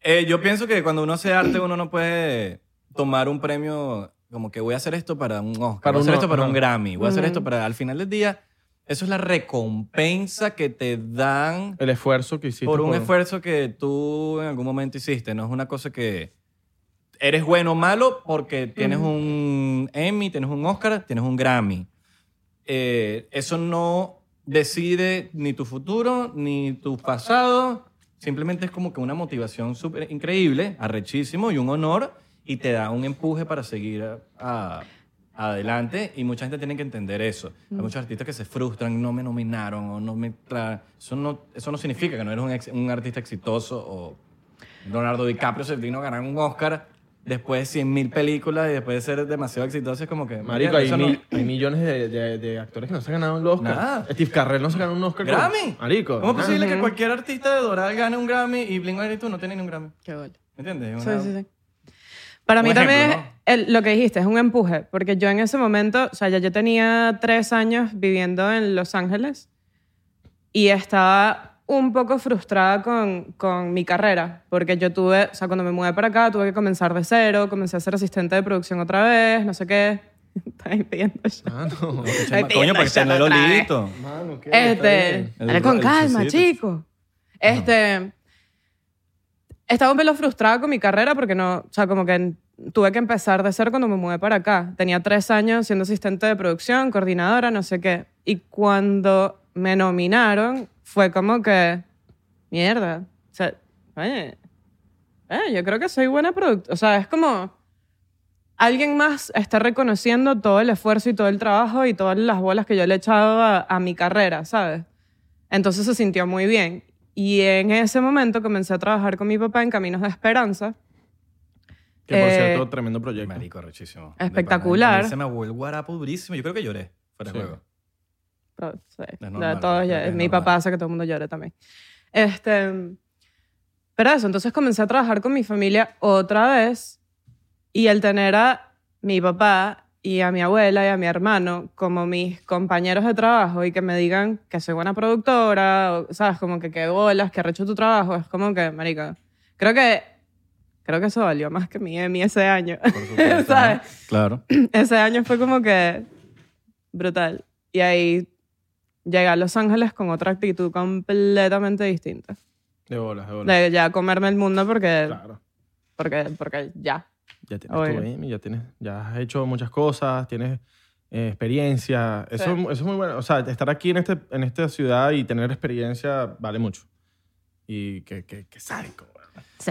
Speaker 2: Eh, yo pienso que cuando uno hace arte, uno no puede tomar un premio como que voy a hacer esto para un Oscar,
Speaker 3: Para
Speaker 2: voy a hacer
Speaker 3: un-
Speaker 2: esto para
Speaker 3: ajá.
Speaker 2: un Grammy, voy a hacer
Speaker 1: Ujú.
Speaker 2: esto para... Al final del día, eso es la recompensa que te dan
Speaker 3: El esfuerzo que hiciste.
Speaker 2: por un esfuerzo que tú en algún momento hiciste. No es una cosa que eres bueno o malo porque tienes un Emmy, tienes un Oscar, tienes un Grammy. Eh, eso no decide ni tu futuro ni tu pasado. Simplemente es como que una motivación súper increíble, arrechísimo y un honor y te da un empuje para seguir a- a- adelante y mucha gente tiene que entender eso. Hay muchos artistas que se frustran, no me nominaron o no me... tra- Eso no, eso no significa que no eres un, ex- un artista exitoso o Leonardo DiCaprio se vino a ganar un Oscar después de 100.000 películas y después de ser demasiado exitoso es como que...
Speaker 3: Marico,
Speaker 2: "Mira,
Speaker 3: hay,
Speaker 2: eso no-
Speaker 3: mil- hay millones de, de- de actores que no se han ganado el Oscar.
Speaker 2: Nada.
Speaker 3: Steve Carrell no se ganó un Oscar. con-
Speaker 2: Grammy.
Speaker 3: Marico.
Speaker 2: ¿Cómo es
Speaker 3: nada.
Speaker 2: posible que cualquier artista de Doral gane un Grammy y Blink-182 no tiene ni un Grammy?
Speaker 1: Qué bueno.
Speaker 2: ¿Me entiendes? Es
Speaker 1: Sí,
Speaker 2: una-
Speaker 1: sí, sí. Para
Speaker 2: Un
Speaker 1: mí
Speaker 2: ejemplo,
Speaker 1: también
Speaker 2: ¿no?
Speaker 1: el- lo que dijiste es un empuje, porque yo en ese momento, o sea, ya yo tenía tres años viviendo en Los Ángeles y estaba un poco frustrada con, con mi carrera, porque yo tuve, o sea, cuando me mudé para acá tuve que comenzar de cero, comencé a ser asistente de producción otra vez, no sé qué. *laughs* Estaba impidiendo ya.
Speaker 3: Ah, no.
Speaker 1: Ay,
Speaker 2: Chama- Coño, para que
Speaker 1: pidiendo
Speaker 2: esté
Speaker 1: shot otra vez.
Speaker 2: lolito.
Speaker 3: Mano, ¿qué? Está
Speaker 1: Este,
Speaker 3: bien.
Speaker 2: El-
Speaker 1: dale con
Speaker 2: el
Speaker 1: calma,
Speaker 2: suicidio.
Speaker 1: chico. Este, estaba un pelo frustrada con mi carrera porque no, o sea, como que en- tuve que empezar de ser cuando me mudé para acá. Tenía tres años siendo asistente de producción, coordinadora, no sé qué. Y cuando me nominaron fue como que, mierda, o sea, oye, eh, yo creo que soy buena productora. O sea, es como alguien más está reconociendo todo el esfuerzo y todo el trabajo y todas las bolas que yo le he echado a, a mi carrera, ¿sabes? Entonces se sintió muy bien. Y en ese momento comencé a trabajar con mi papá en Caminos de Esperanza.
Speaker 3: Que por
Speaker 1: Eh,
Speaker 3: cierto, tremendo proyecto.
Speaker 2: Marico, rechísimo.
Speaker 1: Espectacular.
Speaker 2: De pana. A mí Se me abuelo guarapo durísimo. Yo creo que lloré. Fuera de
Speaker 3: Sí.
Speaker 2: juego.
Speaker 1: Pero, sí, ya
Speaker 2: normal,
Speaker 1: todos
Speaker 2: creo
Speaker 1: ya-
Speaker 2: que es
Speaker 1: mi
Speaker 2: normal.
Speaker 1: papá hace que todo el mundo llore también. Este, pero eso, entonces comencé a trabajar con mi familia otra vez y el tener a mi papá y a mi abuela y a mi hermano como mis compañeros de trabajo y que me digan que soy buena productora, o, sabes, como que qué bolas, que recho tu trabajo, es como que, marica, creo que, creo que eso valió más que mi Emmy ese año.
Speaker 2: Por supuesto,
Speaker 1: ¿Sabes?
Speaker 2: ¿no? Claro.
Speaker 1: ese año fue como que brutal. Y ahí llegué a Los Ángeles con otra actitud completamente distinta.
Speaker 3: De bolas, de bolas.
Speaker 1: De ya comerme el mundo porque,
Speaker 3: Claro.
Speaker 1: porque, porque ya.
Speaker 3: Ya tienes
Speaker 1: Oye.
Speaker 3: tu Emmy, ya tienes, ya has hecho muchas cosas, tienes eh, experiencia. Eso,
Speaker 1: Sí.
Speaker 3: es mu- eso es muy bueno. O sea, estar aquí en, este, en esta ciudad y tener experiencia vale mucho. Y que, que, que sádico, weón.
Speaker 1: Sí.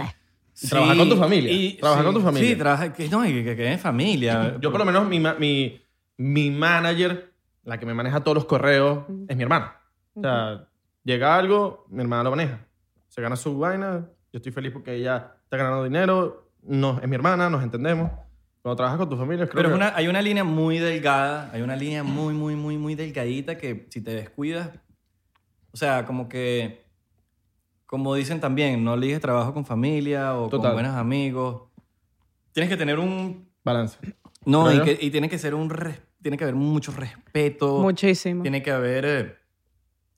Speaker 3: Y trabajar con tu familia. Trabajar
Speaker 2: sí,
Speaker 3: con tu familia.
Speaker 2: Sí, trabajar. que- No, y que, que, que en familia.
Speaker 3: Yo por lo menos mi, ma- mi, mi manager, la que me maneja todos los correos, es mi hermana. O sea, llega algo, mi hermana lo maneja. Se gana su vaina, yo estoy feliz porque ella está ganando dinero, no, es mi hermana, nos entendemos. Cuando trabajas con tu familia, creo
Speaker 2: Pero es
Speaker 3: que...
Speaker 2: una- hay una línea muy delgada, hay una línea muy, muy, muy, muy delgadita que si te descuidas, o sea, como que, como dicen también, no eliges trabajo con familia o
Speaker 3: Total.
Speaker 2: con buenos amigos. Tienes que tener un...
Speaker 3: Balance.
Speaker 2: No, y,
Speaker 3: Claro.
Speaker 2: que- y tiene que ser un... res- tiene que haber mucho respeto.
Speaker 1: Muchísimo.
Speaker 2: Tiene que haber eh,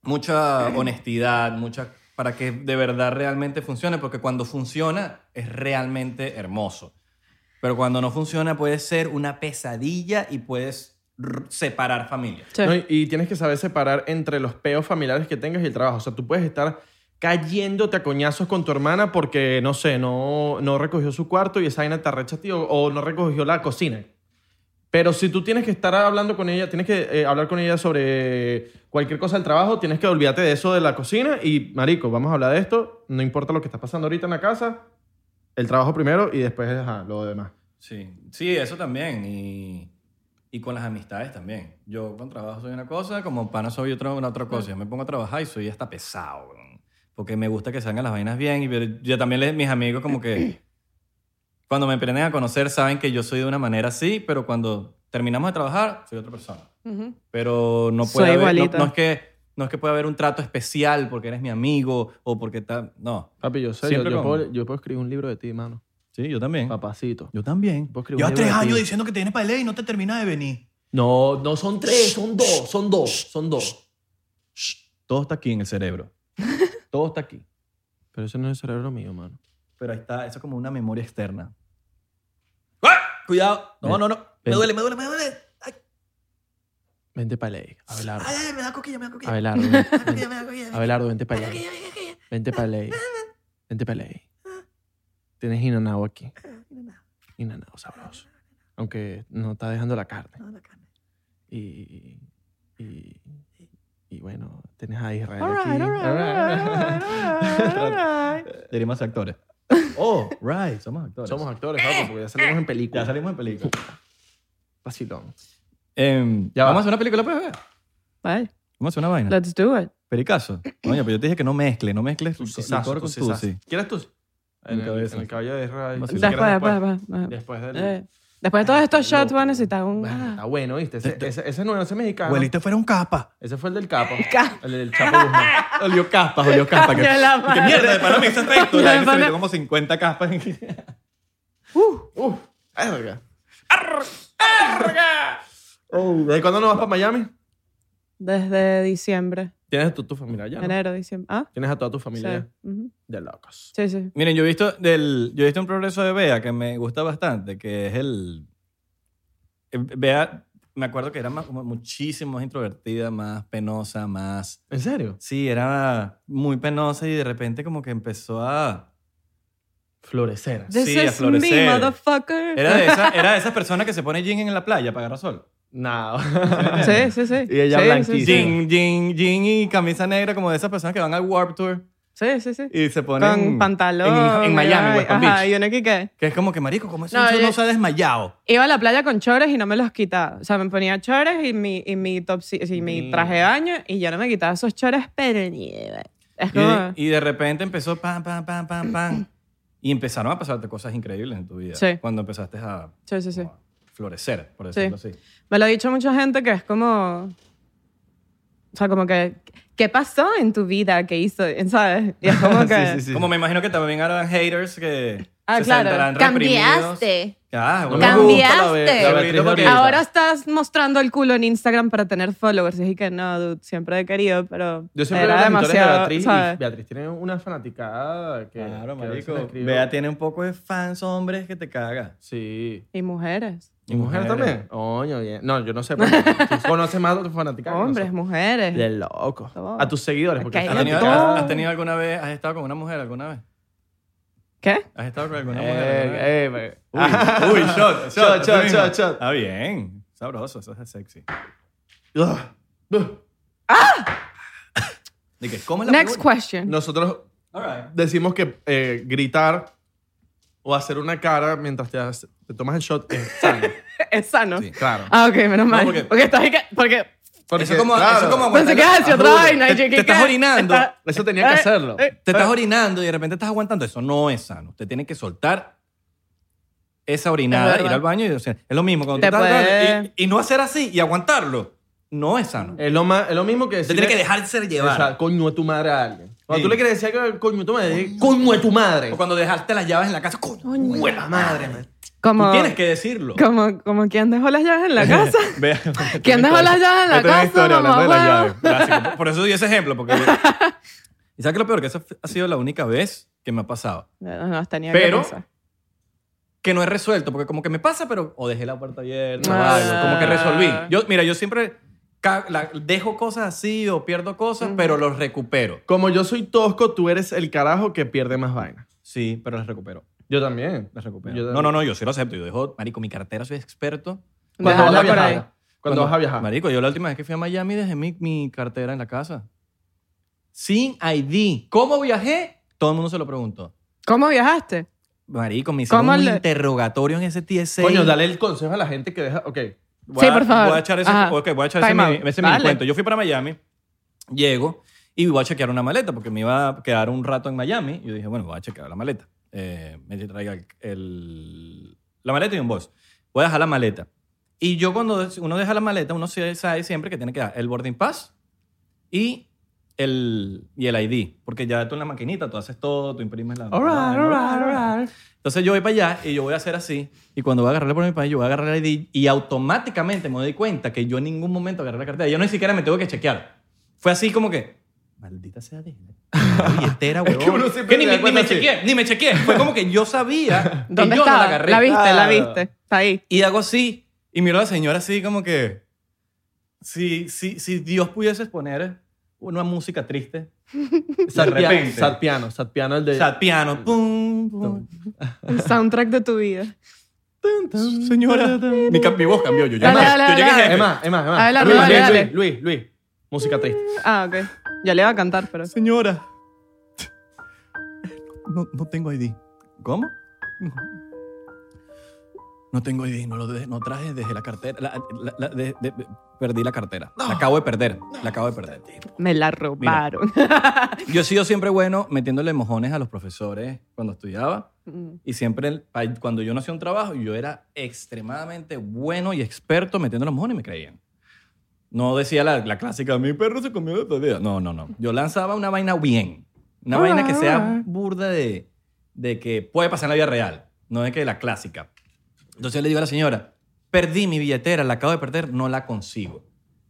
Speaker 2: mucha honestidad, mucha para que de verdad realmente funcione, porque cuando funciona es realmente hermoso. Pero cuando no funciona puede ser una pesadilla y puedes r- separar familia.
Speaker 1: Sí.
Speaker 3: No, y, y tienes que saber separar entre los peos familiares que tengas y el trabajo. O sea, tú puedes estar cayéndote a coñazos con tu hermana porque, no sé, no, no recogió su cuarto y esa vaina te arrecha, tío, o no recogió la cocina. Pero si tú tienes que estar hablando con ella, tienes que eh, hablar con ella sobre cualquier cosa del trabajo, tienes que olvidarte de eso de la cocina y, marico, vamos a hablar de esto, no importa lo que está pasando ahorita en la casa, el trabajo primero y después ajá, lo demás.
Speaker 2: Sí, sí, eso también. Y, y con las amistades también. Yo con trabajo soy una cosa, como pana soy otra, una otra cosa. Yo me pongo a trabajar y soy hasta pesado, weón. porque me gusta que salgan las vainas bien. Y pero yo también les- mis amigos como que *clears throat* cuando me aprenden a conocer saben que yo soy de una manera así, pero cuando terminamos de trabajar soy otra persona.
Speaker 1: Ujú.
Speaker 2: Pero no
Speaker 1: Soy
Speaker 2: puede haber, no,
Speaker 1: igualita.
Speaker 2: no es que no es que pueda haber un trato especial porque eres mi amigo o porque tal, no.
Speaker 3: Papi, yo sé, yo,
Speaker 2: Siempre
Speaker 3: yo
Speaker 2: con-
Speaker 3: puedo, yo puedo escribir un libro de ti, mano.
Speaker 2: Sí, yo también.
Speaker 3: Papacito.
Speaker 2: Yo también.
Speaker 3: Puedo escribir un
Speaker 4: Llevas
Speaker 3: libro
Speaker 4: tres
Speaker 3: de ti.
Speaker 4: años diciendo que tienes para y no te termina de venir.
Speaker 3: No, no son tres, son dos, son dos, son dos.
Speaker 2: Todo está aquí en el cerebro. Todo está aquí.
Speaker 3: Pero eso no es el cerebro mío, mano.
Speaker 2: Pero ahí está, eso es como una memoria externa. Cuidado. No,
Speaker 3: Ven.
Speaker 2: no, no.
Speaker 3: Ven.
Speaker 2: Me duele, me duele, me duele. Ay,
Speaker 3: Vente para ley, Abelardo.
Speaker 4: Ay, ay, me da coquilla, me da coquilla.
Speaker 3: Abelardo, ven-
Speaker 4: Me da coquilla,
Speaker 3: vente,
Speaker 4: me da coquilla.
Speaker 3: Abelardo, vente para
Speaker 4: Me da
Speaker 3: ley.
Speaker 4: coquilla, me da coquilla.
Speaker 3: Vente para ley. Vente para ley. Tienes Inanao aquí. Inanao sabroso. Aunque no está dejando la carne.
Speaker 4: No, la carne.
Speaker 3: Y. Y, y bueno, tienes a Israel.
Speaker 1: All
Speaker 3: aquí.
Speaker 1: right, all right, all right, all right, all right, all right.
Speaker 2: Diríamos ser actores. Oh, right. Somos actores.
Speaker 3: Somos actores, loco, porque ya salimos en película.
Speaker 2: Ya salimos en película.
Speaker 3: Vacilón.
Speaker 2: Em,
Speaker 3: Ya va.
Speaker 2: vamos a hacer una película, pues. ve. Vamos
Speaker 1: Vale,
Speaker 2: a hacer una vaina.
Speaker 1: let's do it.
Speaker 2: Pericazo. Coño, pero yo te dije que no mezcle, no mezcles tu
Speaker 3: Tusisazo,
Speaker 2: licor con tu
Speaker 3: tusisazo.
Speaker 2: sí.
Speaker 3: ¿Quieres tus?
Speaker 2: En cabeza.
Speaker 3: caballo de Israel.
Speaker 2: Más
Speaker 3: Si
Speaker 2: sí.
Speaker 1: Después,
Speaker 3: quieres
Speaker 1: después, después.
Speaker 3: Después del-
Speaker 1: Eh, después de todos estos shots
Speaker 3: Loco.
Speaker 1: va a necesitar un... ah, Este-
Speaker 3: Bueno, está bueno, ¿viste? Ese, ese, ese no, ese mexicano.
Speaker 4: Abuelito fuera un capa.
Speaker 3: Ese fue el del capo. El del Chapo Guzmán.
Speaker 1: *laughs*
Speaker 2: Olió caspas, olió caspas.
Speaker 1: Ya la madre.
Speaker 2: de
Speaker 1: *laughs*
Speaker 2: pana me hizo recto.
Speaker 1: Ya,
Speaker 2: La gente se
Speaker 1: pana.
Speaker 2: metió como 50 caspas. en-
Speaker 3: Uh, verga. Oh, ¿Desde cuándo no vas para Miami?
Speaker 1: Desde diciembre,
Speaker 3: Tienes a tu, tu familia allá. ¿no?
Speaker 1: enero, diciembre. Ah,
Speaker 3: Tienes a toda tu
Speaker 1: sí.
Speaker 3: familia allá.
Speaker 1: Ujú.
Speaker 3: de locos.
Speaker 1: Sí, sí.
Speaker 2: Miren, yo he visto, del, yo he visto un progreso de Bea que me gusta bastante, que es el... eh, Bea, me acuerdo que era más, como muchísimo más introvertida, más penosa, más...
Speaker 3: ¿En serio?
Speaker 2: Sí, era muy penosa y de repente como que empezó a...
Speaker 3: Florecer.
Speaker 1: This
Speaker 2: Sí, a
Speaker 1: is me,
Speaker 2: florecer.
Speaker 1: motherfucker.
Speaker 2: Era de esa, era de esa persona que se pone jean en la playa para agarrar sol.
Speaker 3: *laughs* No.
Speaker 1: *laughs* Sí, sí, sí.
Speaker 3: Y ella
Speaker 1: sí,
Speaker 3: blanquita.
Speaker 1: Sí, sí.
Speaker 2: Jean, jean, jean y camisa negra como de esas personas que van al Warp Tour
Speaker 1: sí, sí, sí.
Speaker 2: y se ponen...
Speaker 1: Con pantalón.
Speaker 2: En, en Miami,
Speaker 1: ay,
Speaker 2: West Palm
Speaker 1: Ajá,
Speaker 2: Beach.
Speaker 1: y uno que qué.
Speaker 2: Que es como que, marico, como ese
Speaker 1: No,
Speaker 2: bicho
Speaker 1: yo-
Speaker 2: no se ha desmayado.
Speaker 1: Iba a la playa con chores y no me los quitaba. O sea, me ponía chores y mi, y mi, top, y mi
Speaker 3: Mm.
Speaker 1: traje de baño y yo no me quitaba esos chores, pero ni idea. Es
Speaker 2: Y de,
Speaker 1: como...
Speaker 2: y de repente empezó pam, pam, pam, pam, pam. *clears throat* Y empezaron a pasarte cosas increíbles en tu vida.
Speaker 1: Sí.
Speaker 2: Cuando empezaste a,
Speaker 1: Sí, sí, sí.
Speaker 2: como a florecer, por
Speaker 1: Sí.
Speaker 2: decirlo así.
Speaker 1: Me lo ha dicho mucha gente que es como... O sea, como que... ¿Qué pasó en tu vida? ¿Qué hizo? ¿Sabes? Y es
Speaker 2: *laughs*
Speaker 1: como que...
Speaker 3: Sí, sí, sí.
Speaker 2: Como me imagino que también harán haters que
Speaker 1: Ah,
Speaker 2: se
Speaker 1: claro.
Speaker 2: sentarán reprimidos.
Speaker 5: Cambiaste.
Speaker 2: Ah,
Speaker 3: No
Speaker 2: bueno.
Speaker 3: me gusta la
Speaker 5: Cambiaste.
Speaker 3: Beatriz
Speaker 2: La Beatriz
Speaker 3: de
Speaker 2: porque-
Speaker 3: ahorita.
Speaker 1: Ahora estás mostrando el culo en Instagram para tener followers. Y dije que no, dude, siempre he querido, pero
Speaker 3: Yo siempre
Speaker 1: era
Speaker 3: veo las historias de
Speaker 1: demasiado,
Speaker 3: Beatriz y
Speaker 1: ¿sabes?
Speaker 3: Beatriz tiene una fanaticada que...
Speaker 2: Claro,
Speaker 3: que a veces le
Speaker 2: marico.
Speaker 3: escribo.
Speaker 2: Bea tiene un poco de fans hombres que te caga.
Speaker 3: Sí.
Speaker 1: Y mujeres.
Speaker 3: ¿Y mujer
Speaker 2: Mujeres.
Speaker 3: también? Coño, bien. No, yo no sé. Pero
Speaker 1: *laughs*
Speaker 3: tú conoces más a tus fanáticas.
Speaker 1: Hombres, mujeres.
Speaker 3: De loco.
Speaker 1: Todo.
Speaker 3: A tus seguidores. Porque
Speaker 1: Ok.
Speaker 2: ¿Has
Speaker 1: Ay,
Speaker 2: tenido,
Speaker 1: no.
Speaker 2: has- has tenido alguna vez, has estado con una mujer alguna vez?
Speaker 1: ¿Qué?
Speaker 2: ¿Has estado con alguna mujer? alguna vez?
Speaker 3: Eh, eh, eh.
Speaker 2: Uy, uy, ah. *laughs* shot,
Speaker 3: *laughs*
Speaker 2: shot,
Speaker 3: Shot, shot,
Speaker 2: tú mismo.
Speaker 3: shot, shot.
Speaker 2: Ah, bien. Sabroso, eso es sexy. De que, ¿cómo es la
Speaker 1: Next
Speaker 2: pregunta?
Speaker 1: *laughs*
Speaker 3: *laughs*
Speaker 1: question.
Speaker 3: Nosotros
Speaker 2: All right.
Speaker 3: decimos que eh, gritar o hacer una cara mientras te, hace- te tomas el shot es sano.
Speaker 1: Es sano.
Speaker 2: Sí.
Speaker 3: claro.
Speaker 1: Ah, ok, menos mal.
Speaker 2: porque-
Speaker 1: porque... estás ahí que- porque
Speaker 3: Porque,
Speaker 2: eso es como,
Speaker 3: claro,
Speaker 2: eso es como
Speaker 1: pensé que ibas a decir otra
Speaker 2: Ajuro.
Speaker 1: vaina. y
Speaker 2: Te,
Speaker 1: yo,
Speaker 2: te
Speaker 1: ¿qué-
Speaker 2: estás
Speaker 1: qué?
Speaker 2: orinando.
Speaker 1: Está-
Speaker 3: Eso tenía que
Speaker 1: Eh,
Speaker 3: hacerlo.
Speaker 1: eh,
Speaker 2: Te estás orinando y de repente estás aguantando. Eso no es sano. Usted tiene que soltar esa orinada,
Speaker 1: Es verdad.
Speaker 2: ir al baño y o sea, es lo mismo. Cuando
Speaker 1: Te
Speaker 2: tú estás
Speaker 1: puede-
Speaker 2: agarrando y, y no hacer así y aguantarlo no es sano.
Speaker 3: Es lo, más, es lo mismo que
Speaker 2: Usted
Speaker 3: decir.
Speaker 2: tiene que dejarse llevar.
Speaker 3: coño a tu madre a alguien. Cuando
Speaker 2: Sí.
Speaker 3: tú le quieres decir algo, coño a tu madre, di, coño a tu madre.
Speaker 2: O cuando Ah. dejaste las llaves en la casa. ¡Coño!
Speaker 1: Coño.
Speaker 2: ¡Buena madre! man! Tú
Speaker 1: Como,
Speaker 2: tienes que decirlo.
Speaker 1: como, como quien dejó las llaves
Speaker 3: *laughs*
Speaker 1: en la casa.
Speaker 2: Ve-
Speaker 1: ¿Quién dejó las llaves en la
Speaker 3: Yo tengo una
Speaker 1: casa?
Speaker 3: historia hablando de las
Speaker 1: mamá?
Speaker 3: llaves.
Speaker 2: Clásico. Por- Por eso di ese ejemplo. Porque... y sabes que lo peor, que esa ha sido la única vez que me ha pasado.
Speaker 1: No, no, tenía
Speaker 2: Pero-
Speaker 1: que pensar.
Speaker 2: que no he resuelto, porque como que me pasa, pero o dejé la puerta abierta,
Speaker 1: Ah.
Speaker 2: o algo, como que resolví. Yo, mira, yo siempre ca- la- dejo cosas así o pierdo cosas, pero los recupero.
Speaker 3: Como yo soy tosco, tú eres el carajo que pierde más vaina.
Speaker 2: Sí, pero las recupero.
Speaker 3: Yo también.
Speaker 2: Las recupero.
Speaker 3: Yo también.
Speaker 2: No, no, no, yo sí lo acepto. Yo dejo, marico, mi cartera, soy experto.
Speaker 3: Cuando
Speaker 1: Dejarla
Speaker 3: vas a
Speaker 1: por ahí.
Speaker 3: viajar. Cuando vas a viajar.
Speaker 2: Marico, yo la última vez que fui a Miami dejé mi, mi cartera en la casa. Sin ID. ¿Cómo viajé? Todo el mundo se lo preguntó.
Speaker 1: ¿Cómo viajaste?
Speaker 2: Marico, me hicieron
Speaker 1: ¿Cómo
Speaker 2: un
Speaker 1: le-
Speaker 2: interrogatorio en ese TSA.
Speaker 3: Coño, dale el consejo a la gente que deja. Ok.
Speaker 2: Voy
Speaker 1: Sí,
Speaker 2: a-
Speaker 1: por favor.
Speaker 2: Voy a echar ese,
Speaker 1: Ajá.
Speaker 2: ok, voy a echar ese
Speaker 1: Time
Speaker 2: mini-
Speaker 1: out.
Speaker 2: ese mini
Speaker 1: Dale.
Speaker 2: cuento. Yo fui para Miami, llego y voy a chequear una maleta porque me iba a quedar un rato en Miami. Yo dije, bueno, voy a chequear la maleta. Eh, me traiga el- el- la maleta y un bolso. Voy a dejar la maleta. Y yo cuando des- uno deja la maleta, uno se- sabe siempre que tiene que dar el boarding pass y el, y el ID. Porque ya tú en la maquinita, tú haces todo, tú imprimes la...
Speaker 3: All right, all right, all right.
Speaker 2: Entonces yo voy para allá y yo voy a hacer así. Y cuando voy a agarrarle por mi país, yo voy a agarrar el ID y automáticamente me doy cuenta que yo en ningún momento agarré la cartera. Yo ni siquiera me tengo que chequear. Fue así como que, maldita sea de la
Speaker 3: *laughs*
Speaker 2: billetera,
Speaker 3: que
Speaker 2: huevón.
Speaker 3: uno siempre
Speaker 2: ni,
Speaker 3: se da
Speaker 2: ni
Speaker 3: cuenta
Speaker 2: me
Speaker 3: así.
Speaker 2: chequeé, ni me chequeé. Fue como que yo
Speaker 3: *laughs*
Speaker 2: sabía que
Speaker 1: ¿Dónde
Speaker 2: yo no
Speaker 1: estaba?
Speaker 2: la agarré.
Speaker 1: viste, la
Speaker 3: Claro.
Speaker 1: viste. Está ahí.
Speaker 2: Y hago así. Y miro a la señora así como que... Si, si, si Dios pudiese poner una música triste, de
Speaker 3: Sad piano,
Speaker 2: repente,
Speaker 3: sad piano, sad piano, el de.
Speaker 2: sad piano, pum, pum,
Speaker 1: El soundtrack de tu vida.
Speaker 2: Señora, mi, ca- mi voz cambió. Yo, yo,
Speaker 1: Dale,
Speaker 2: yo
Speaker 1: dale,
Speaker 2: llegué
Speaker 1: dale.
Speaker 2: jefe.
Speaker 3: Es más, es más, es más.
Speaker 1: Adelante,
Speaker 3: Luis,
Speaker 1: dale,
Speaker 3: Luis,
Speaker 1: dale.
Speaker 3: Luis, Luis, Luis. Música triste.
Speaker 1: Ah, ok. Ya le iba a cantar, pero...
Speaker 2: Señora. No, no tengo ID. ¿Cómo? No tengo ID, no lo de- no traje, dejé la cartera. la- la- la- de- de- perdí la cartera. La acabo de perder. La acabo de perder.
Speaker 1: Me la robaron.
Speaker 2: Yo he sido siempre bueno metiéndole mojones a los profesores cuando estudiaba.
Speaker 1: Mm.
Speaker 2: Y siempre, el- pa- cuando yo no hacía un trabajo, yo era extremadamente bueno y experto metiendo los mojones y me creían. No decía la, la clásica, mi perro se comió la tarea. No, no, no. Yo lanzaba una vaina bien. Una
Speaker 1: Ah,
Speaker 2: vaina que sea
Speaker 1: ah.
Speaker 2: burda de, de que puede pasar en la vida real. No es que la clásica. Entonces yo le digo a la señora, perdí mi billetera, la acabo de perder, no la consigo.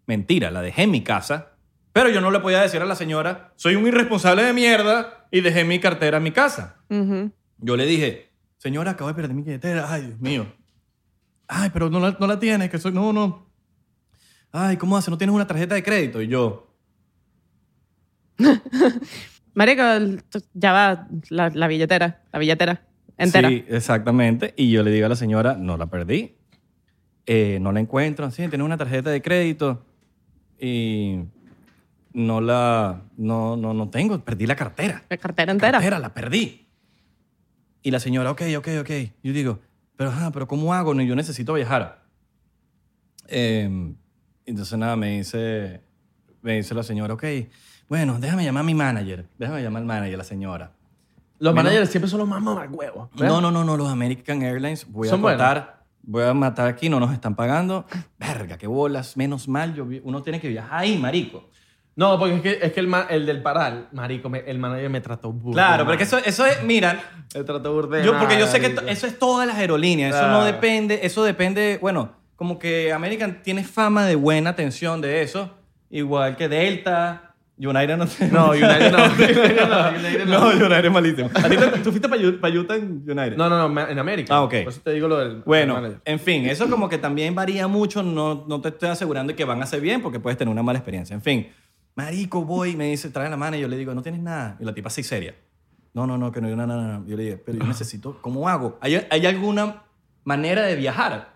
Speaker 2: Mentira, la dejé en mi casa, pero yo no le podía decir a la señora, soy un irresponsable de mierda y dejé mi cartera en mi casa.
Speaker 1: Ujú.
Speaker 2: Yo le dije, señora, acabo de perder mi billetera. Ay, Dios mío. Ay, pero no la, no la tienes, que soy... No, no. Ay, ¿cómo hace? ¿No tienes una tarjeta de crédito? Y yo,
Speaker 1: Marico, el- ya va la, la billetera. La billetera. Entera.
Speaker 2: Sí, exactamente. Y yo le digo a la señora, no la perdí. Eh, no la encuentro. Sí, tiene una tarjeta de crédito. Y no la... No, no, no tengo. Perdí la cartera.
Speaker 1: La cartera entera.
Speaker 2: Cartera, la perdí. Y la señora, ok, ok, ok. Yo digo, pero, ajá, pero ¿cómo hago? No, yo necesito viajar. Eh, entonces, nada, me dice, me dice la señora, ok, bueno, déjame llamar a mi manager. Déjame llamar al manager, la señora.
Speaker 3: Los
Speaker 2: Mira.
Speaker 3: managers siempre son los más mamagüevos. ¿verdad?
Speaker 2: No, no, no, no, los American Airlines, voy a
Speaker 3: Son buenos.
Speaker 2: matar, voy a matar aquí, no nos están pagando. Verga, qué bolas, menos mal, yo vi- uno tiene que viajar ahí, marico.
Speaker 3: No, porque es que, es que el, ma- el del paral, marico, me- el manager me trató burda.
Speaker 2: Claro, porque
Speaker 3: marico.
Speaker 2: eso, eso es, mira,
Speaker 3: Me trató burda.
Speaker 2: Yo, porque yo sé que to- eso es todas las aerolíneas, eso no
Speaker 3: Claro.
Speaker 2: depende, eso depende, bueno, como que American tiene fama de buena atención de eso, igual que Delta, United no sé. *laughs*
Speaker 3: No, United no. United no, United *laughs* no.
Speaker 2: No, United es malísimo. ¿A ti te- ¿Tú fuiste para Utah, en United?
Speaker 3: No, no, no, ma- en América.
Speaker 2: Ah, ok.
Speaker 3: Por eso te digo lo del. del
Speaker 2: Bueno,
Speaker 3: manager.
Speaker 2: en fin, eso como que también varía mucho. No, no te estoy asegurando que van a ser bien porque puedes tener una mala experiencia. En fin, marico, voy, me dice, trae la mano y yo le digo, no tienes nada. Y la tipa así seria. No, no, no, que no, no, no, no. Yo le dije, pero yo necesito, ¿cómo hago? ¿Hay, hay alguna manera de viajar?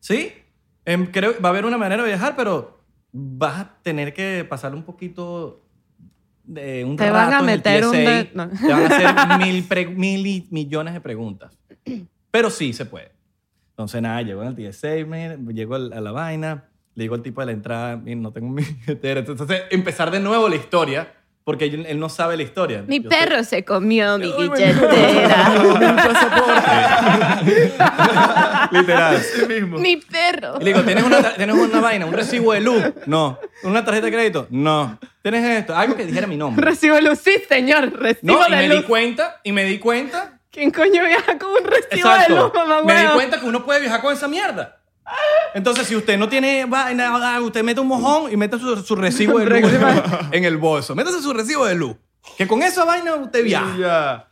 Speaker 2: ¿Sí? Em, creo que va a haber una manera de viajar, pero vas a tener que pasar un poquito de un
Speaker 1: Te van
Speaker 2: rato
Speaker 1: a
Speaker 2: en el
Speaker 1: meter un
Speaker 2: TSA.
Speaker 1: de- no.
Speaker 2: Te van a
Speaker 1: *laughs*
Speaker 2: hacer mil, pre- mil y millones de preguntas. Pero sí se puede. Entonces, nada, llego en el TSA, me- llego al- a la vaina, le digo al tipo de la entrada, "Mira, no *laughs* tengo mi billetera. Entonces, empezar de nuevo la historia, porque él él no sabe la historia.
Speaker 5: Mi
Speaker 2: Yo sé- *laughs*
Speaker 5: perro se comió mi
Speaker 2: Ay, bueno.
Speaker 1: *laughs*
Speaker 5: billetera.
Speaker 2: Mi pasaporte. *laughs* Literal.
Speaker 5: mi perro.
Speaker 2: Y le digo, ¿tienes una, tar- ¿tienes una vaina? ¿Un recibo de luz? No. ¿Una tarjeta de crédito? No. ¿Tienes esto? Algo que dijera mi nombre.
Speaker 1: Recibo luz, sí, señor, recibo
Speaker 2: No, y
Speaker 1: de
Speaker 2: me
Speaker 1: luz.
Speaker 2: di cuenta, y me di cuenta.
Speaker 1: ¿Quién coño viaja con un recibo
Speaker 2: Exacto.
Speaker 1: de luz, mamá
Speaker 2: me di
Speaker 1: huevo?
Speaker 2: cuenta que uno puede viajar con esa mierda. Entonces, si usted no tiene vaina, ah, usted mete un mojón y mete su, su recibo de luz *laughs* en el bolso. Métase su recibo de luz. Que con esa vaina usted viaja.
Speaker 3: Ya.